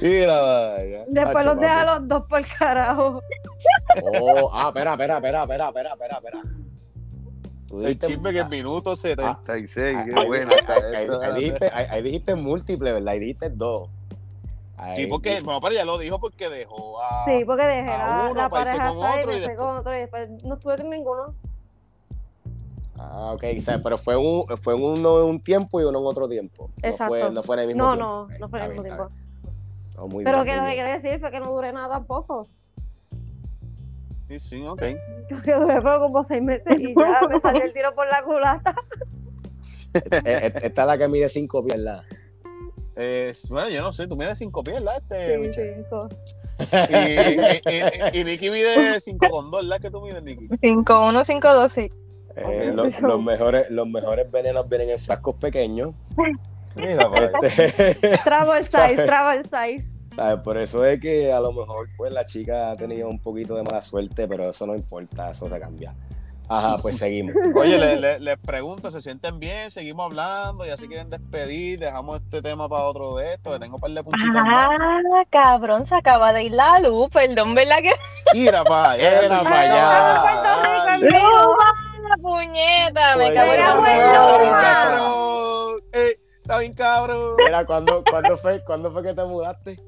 Mira, vaya. Después Hacho, los deja papi. a los dos por carajo. Oh, ah, espera, espera, espera, espera, espera, espera, espera. Tú El dijiste- chisme que es minuto 76. Ah, Ahí- qué ahí- buena está ahí- esta. ahí dijiste- ahí- ahí dijiste múltiple, ¿verdad? Ahí dijiste dos. Ahí- Sí, porque no, pero ya lo dijo porque dejó a. Sí, porque dejé Ah, a la, uno la para irse pareja con estar y otro y me fui después- con otro y después no estuve con ninguno. Ah, ok, o sea, pero fue, un, fue en uno en un tiempo y uno en otro tiempo. No Exacto. fue, no fue en el mismo No, tiempo. no, Ok, no fue está el mismo bien, está tiempo. bien. Oh, muy Pero bien, que lo muy que bien. quería decir fue que no duré nada tampoco. Sí, sí, ok. Que duré pero como seis meses y ya me salió el tiro por la culata. Eh, eh, Esta es la que mide cinco pies, ¿verdad? Eh, bueno, yo no sé, tú mides 5 pies, ¿la? Este, Sí, Michelle? cinco. Y, y, y, y Nicky mide 5 con 2, ¿la? que tú mides, Nicky? 5152, sí. Eh, Ok. los, los mejores, los mejores venenos vienen en frascos pequeños. Mira, para allá. Este, Travel size, ¿Sabes? travel size. ¿Sabes? Por eso es que a lo mejor pues la chica ha tenido un poquito de mala suerte, pero eso no importa, eso se cambia. Ajá, pues seguimos. Oye, le- le- les pregunto, ¿se sienten bien? Seguimos hablando, ya se quieren despedir, dejamos este tema para otro de estos, le tengo un par de puntitos más. Ah, cabrón, se acaba de ir la luz, perdón, ¿verdad que? Mira para allá. Mira Luis, pa' allá. dale. Puerto Rico, ¡No! ¡Puñeta! ¡Me Oye, cago en la Rico, Está bien buena! Rico. cabrón. Ey, Está bien cabrón. Mira, ¿cuándo, cuándo fue, ¿cuándo fue que te mudaste?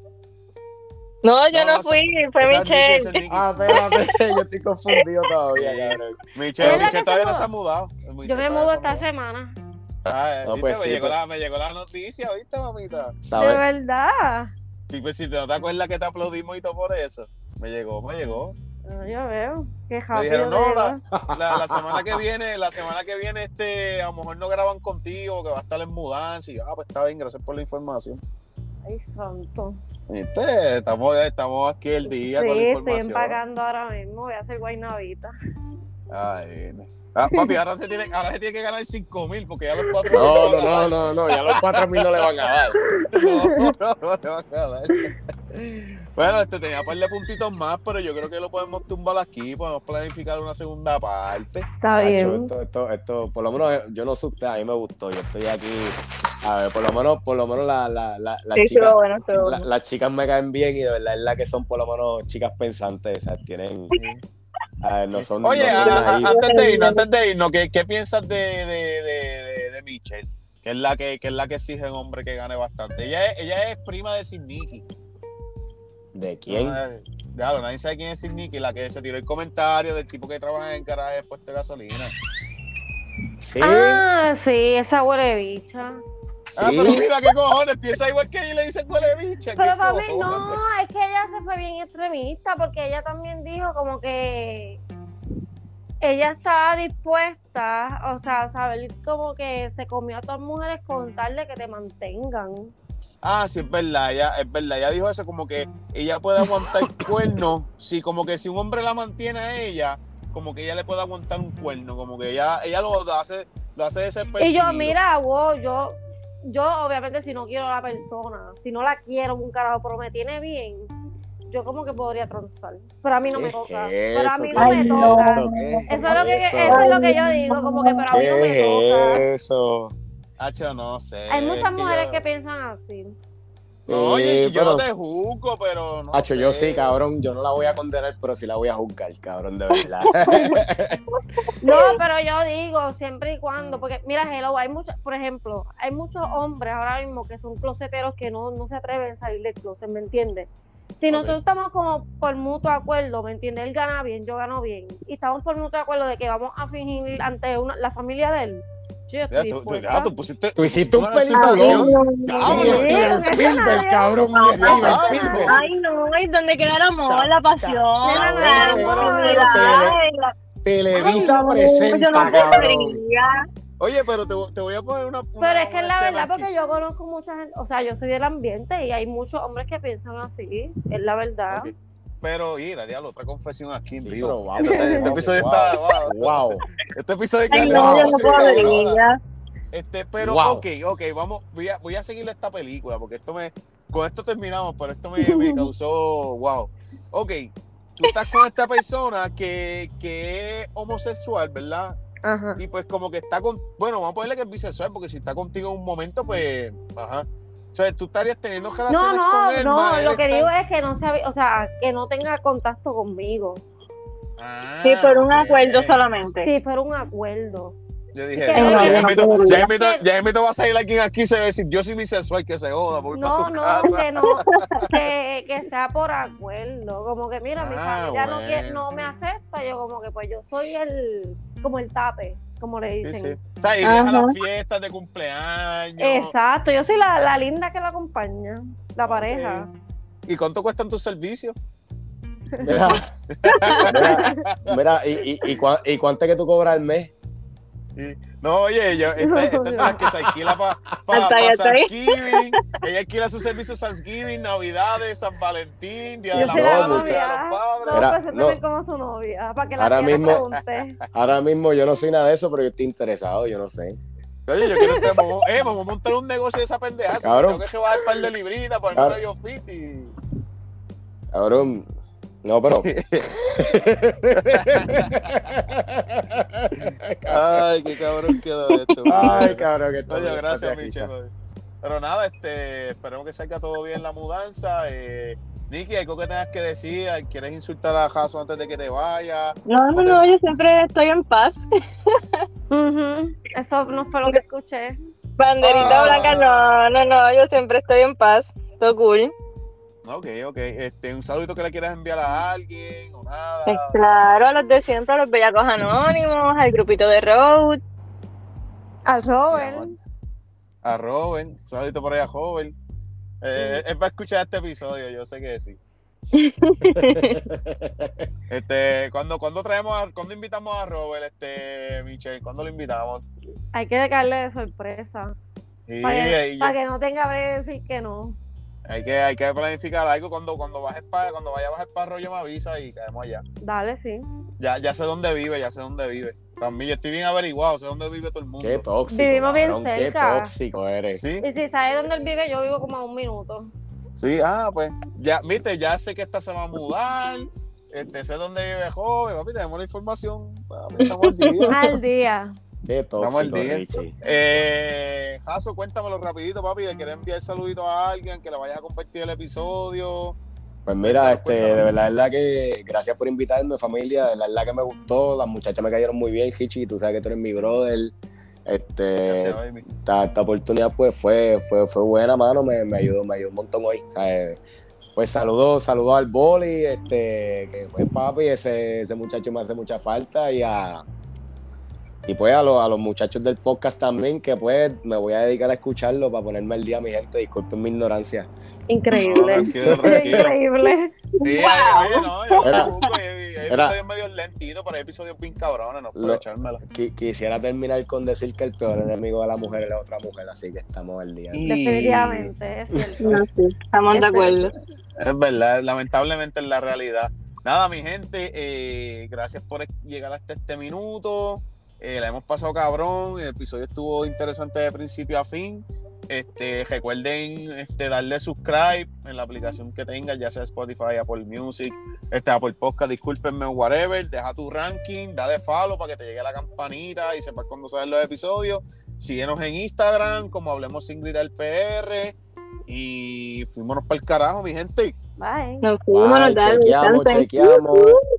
No, yo No, no, esa- fui, fue Ese es Nicky, ese Michelle. es Nicky. Ah, espérate, yo estoy confundido todavía, cabrón. Michelle, ¿Verdad que Michelle se todavía no mudó? se ha mudado. Yo Michelle me todavía mudo no se ha esta mudado. semana. Ah, No, ¿viste? pues me, sí, llegó pues. la, me llegó la noticia, ¿viste, mamita? De ¿Sabes? verdad. Sí, pues si te- no te acuerdas que te aplaudimos y todo por eso. Me llegó, me llegó. Ah, Yo veo. Qué Me rápido. dijeron, me no, la, llegó. la- la semana que viene, la semana que viene, este, a lo mejor no graban contigo, que va a estar en mudanza. Y yo, ah, pues está bien, gracias por la información. Ay, santo. Este, estamos, estamos aquí el Sí, día con la estoy información. empacando ahora mismo. Voy a hacer guaynavita. Ay, nene. Ah, papi, ahora se, tiene, ahora se tiene que ganar 5 mil, porque ya los cuatro No, no, no, no, no, ya los cuatro mil no le van a dar. No, no, no te vas a quedar. Bueno, este tenía un par de puntitos más, pero yo creo que lo podemos tumbar aquí. Podemos planificar una segunda parte. Está Nacho, bien. esto, esto, esto, por lo menos eh, yo no asusté, a mí me gustó. Yo estoy aquí A ver, por lo menos, por lo menos la, la, la, las Sí, chicas, estuvo bueno, estuvo la- bueno. las chicas me caen bien y de verdad es la que son por lo menos chicas pensantes, o sea, tienen, a ver, no son, Oye, ah, no a- son a- ahí. antes de irnos, antes de irnos, ¿qué, qué piensas de, de, de, de- de Michelle? Que es la que, que es la que exige un hombre que gane bastante. Ella es, ella es prima de Sidniki. ¿De quién? Ah. Claro, nadie sabe quién es Sidniki, la que se tiró el comentario del tipo que trabaja en garaje de puesto de gasolina. Sí, Ah, sí, esa huele bicha. sí. Ah, pero mira qué cojones, piensa igual que ella y le dice cuál es bicha. ¿qué Pero para mí cojones? no, es que ella se fue bien extremista porque ella también dijo como que ella estaba dispuesta, o sea, a saber como que se comió a todas mujeres Mm. con tal de que te mantengan. Ah, sí, es verdad, ella, es verdad. Ella dijo eso como que ella puede aguantar cuernos. Sí, como que si un hombre la mantiene a ella, como que ella le puede aguantar un cuerno. Como que ella, ella lo hace, lo hace Pues Y yo, desapercibido. mira, wow, yo, yo obviamente si no quiero a la persona, si no la quiero un carajo, pero me tiene bien, yo como que podría transar. Pero a mí no me toca. Pero a mí no me ¿Qué toca. eso? ¿Qué Eso es lo que, eso? eso es lo que yo digo, como que pero a mí no me toca. ¿Qué es eso? Hacho, no sé. Hay muchas mujeres Eh, yo- que piensan así. No, oye, Sí, yo no pero- te juzgo, pero no. Hacho, yo sé. sí, cabrón, yo no la voy a condenar, pero sí la voy a juzgar, cabrón, de verdad. No, pero yo digo siempre y cuando, porque mira, hello, hay muchos, por ejemplo, hay muchos hombres ahora mismo que son closeteros que no, no se atreven a salir del closet, ¿me entiendes? Si Ok. nosotros estamos como por mutuo acuerdo, ¿me entiendes? Él gana bien, yo gano bien. Y estamos por mutuo acuerdo de que vamos a fingir ante una- la familia de él. Yo Ya, estoy tú, tú- dispuesta. ya, tú pusiste. Tú hiciste un una peliculón. Diablo, Sí, tío. no sé nada. cabrón, Diablo, Ay, no, ¿y dónde queda el amor, la pasión? Nena, la nena, amor, nena, la- nena. ay, la- Televisa ay, no, Yo presenta, no cabrón. podría. Oye, pero te, vo- te voy a poner una. una- Pero es que es una la escena verdad, aquí. porque yo conozco mucha gente, o sea, yo soy del ambiente y hay muchos hombres que piensan así, es la verdad. Ok. Pero, mira, diablo, otra confesión aquí en Sí, vivo. pero wow, este, este wow, episodio wow. está. wow, Wow. Este episodio Ay, que- no, yo no sí, cabrón. podría. Este, pero Wow. ok, ok, vamos, voy a, voy a seguir esta película porque esto me, con esto terminamos, pero esto me, me causó, wow. Ok, tú estás con esta persona que, que es homosexual, ¿verdad? Ajá. Y pues como que está con, bueno, vamos a ponerle que es bisexual porque si está contigo en un momento, pues, ajá. O sea, tú estarías teniendo No, relaciones no, con él. no, más él lo que está- digo es que no sea, o sea, que no tenga contacto conmigo. Ah, Sí, por un ok. acuerdo solamente. Si fuera un acuerdo. Yo dije, Es que ya, no, ya, yo no invito- puedo. ya invito- ya invito va a salir alguien aquí y se va a decir, yo soy bisexual, que se joda, voy para No, tu no, casa. que no, que, que sea por acuerdo. Como que mira, mi Ah, familia no, bueno. quiere- no me acepta, yo como que pues yo soy el, como el tape, como le Sí, dicen. sí. O sea, irías a Ajá. las fiestas de cumpleaños. Exacto, yo soy la, la linda que la acompaña, la pareja. ¿Y cuánto cuestan tus servicios? Mira, mira, mira, y, y, y, cua- y cuánto es que tú cobras al mes? No, oye, yo, esta, esta es la que se alquila para Hasta ahí, hasta ahí. Thanksgiving. Ella alquila sus servicios Thanksgiving, Navidades, San Valentín, Día yo de la soy la Madre, novia. Día de los Padres. No, Era- preséntame no. como su novia, para que la Ahora tía le mismo- pregunte. Ahora mismo yo no soy nada de eso, pero yo estoy interesado, yo no sé. Oye, yo quiero que vamos, eh, vamos a montar un negocio de esa pendeja. Si Cabrón. tengo que llevar un par de libritas, por Cabrón. el medio fit y... Cabrón, no, pero... Ay, qué cabrón quedó esto. Ay, cabrón, que Oye, gracias, Michelle. Michelle. Pero nada, este, esperemos que salga todo bien la mudanza. Eh, Nicky, algo que tengas que decir. ¿Quieres insultar a Jaso antes de que te vaya? No, no, no, yo siempre estoy en paz. Ujú, Eso no fue lo que escuché. Banderita Ah. blanca, no, no, no, yo siempre estoy en paz. Todo cool. Ok, ok. Este, un saludito que le quieras enviar a alguien o Ah. nada. Pues claro, a los de siempre, a los bellacos anónimos, al grupito de Road. Al Robert. A Robert, un saludito por ahí a Robert. Eh, Él va a escuchar este episodio, yo sé que sí. este, cuando, cuando traemos a, cuando invitamos a Robert, este, Michelle, ¿cuándo lo invitamos? Hay que dejarle de sorpresa. Sí, Para que, ahí- para que no tenga que decir que no. Hay que, hay que planificar algo cuando, cuando bajes para, cuando vaya a bajar para rollo me avisa y caemos allá. Dale, sí. Ya, ya sé dónde vive, ya sé dónde vive. También yo estoy bien averiguado, sé dónde vive todo el mundo. Qué tóxico, Vivimos bien cabrón, qué cerca. tóxico eres. sí, Y si sabes dónde él vive, yo vivo como a un minuto. sí, ah, pues. Ya, viste, ya sé que esta se va a mudar. Este, sé dónde vive joven, papi, tenemos la información. Papi, estamos al día. Al día. Qué Estamos al tóxico, día. Richie. Eh, Jaso, cuéntamelo rapidito, papi. Le quieres enviar saludito a alguien, que le vayas a compartir el episodio. Pues mira, Cuéntanos, este, cuéntanos. de verdad, la que gracias por invitarme, familia. De verdad, la que me gustó. Las muchachas me cayeron muy bien, Hichi. Tú sabes que tú eres mi brother. Este, Gracias, baby. esta, esta oportunidad pues fue, fue, fue buena, mano, me, me ayudó, me ayudó un montón hoy. ¿sabes? Pues saludo, saludo al boli, este, que fue papi, ese, ese muchacho me hace mucha falta y a y pues a, los- a los muchachos del podcast también, que pues me voy a dedicar a escucharlo para ponerme al día, mi gente, disculpen mi ignorancia. No, Increíble. tranquilo, tranquilo. Increíble. Sí, oye, no, yo no Era- me preocupo, hay- Hay era- episodios medio lentitos, pero hay episodios bien cabrones, no puedo Lo- echármela. Qui- quisiera terminar con decir que el peor enemigo de la mujer es la otra mujer, así que estamos al día. Definitivamente. es cierto. No sé, estamos de acuerdo. Es verdad, lamentablemente es la realidad. Nada, mi gente, eh, gracias por llegar hasta este minuto. Eh, la hemos pasado cabrón. El episodio estuvo interesante de principio a fin. Este, recuerden este, darle subscribe en la aplicación que tengas, ya sea Spotify, Apple Music, este, Apple Podcast, discúlpenme, whatever. Deja tu ranking, dale follow para que te llegue la campanita y sepas cuando salen los episodios. Síguenos en Instagram, como hablemos sin gritar PR. Y fuimos para el carajo, mi gente. Bye. Nos fuimos, nos Bye, da chequeamos, descansen. chequeamos.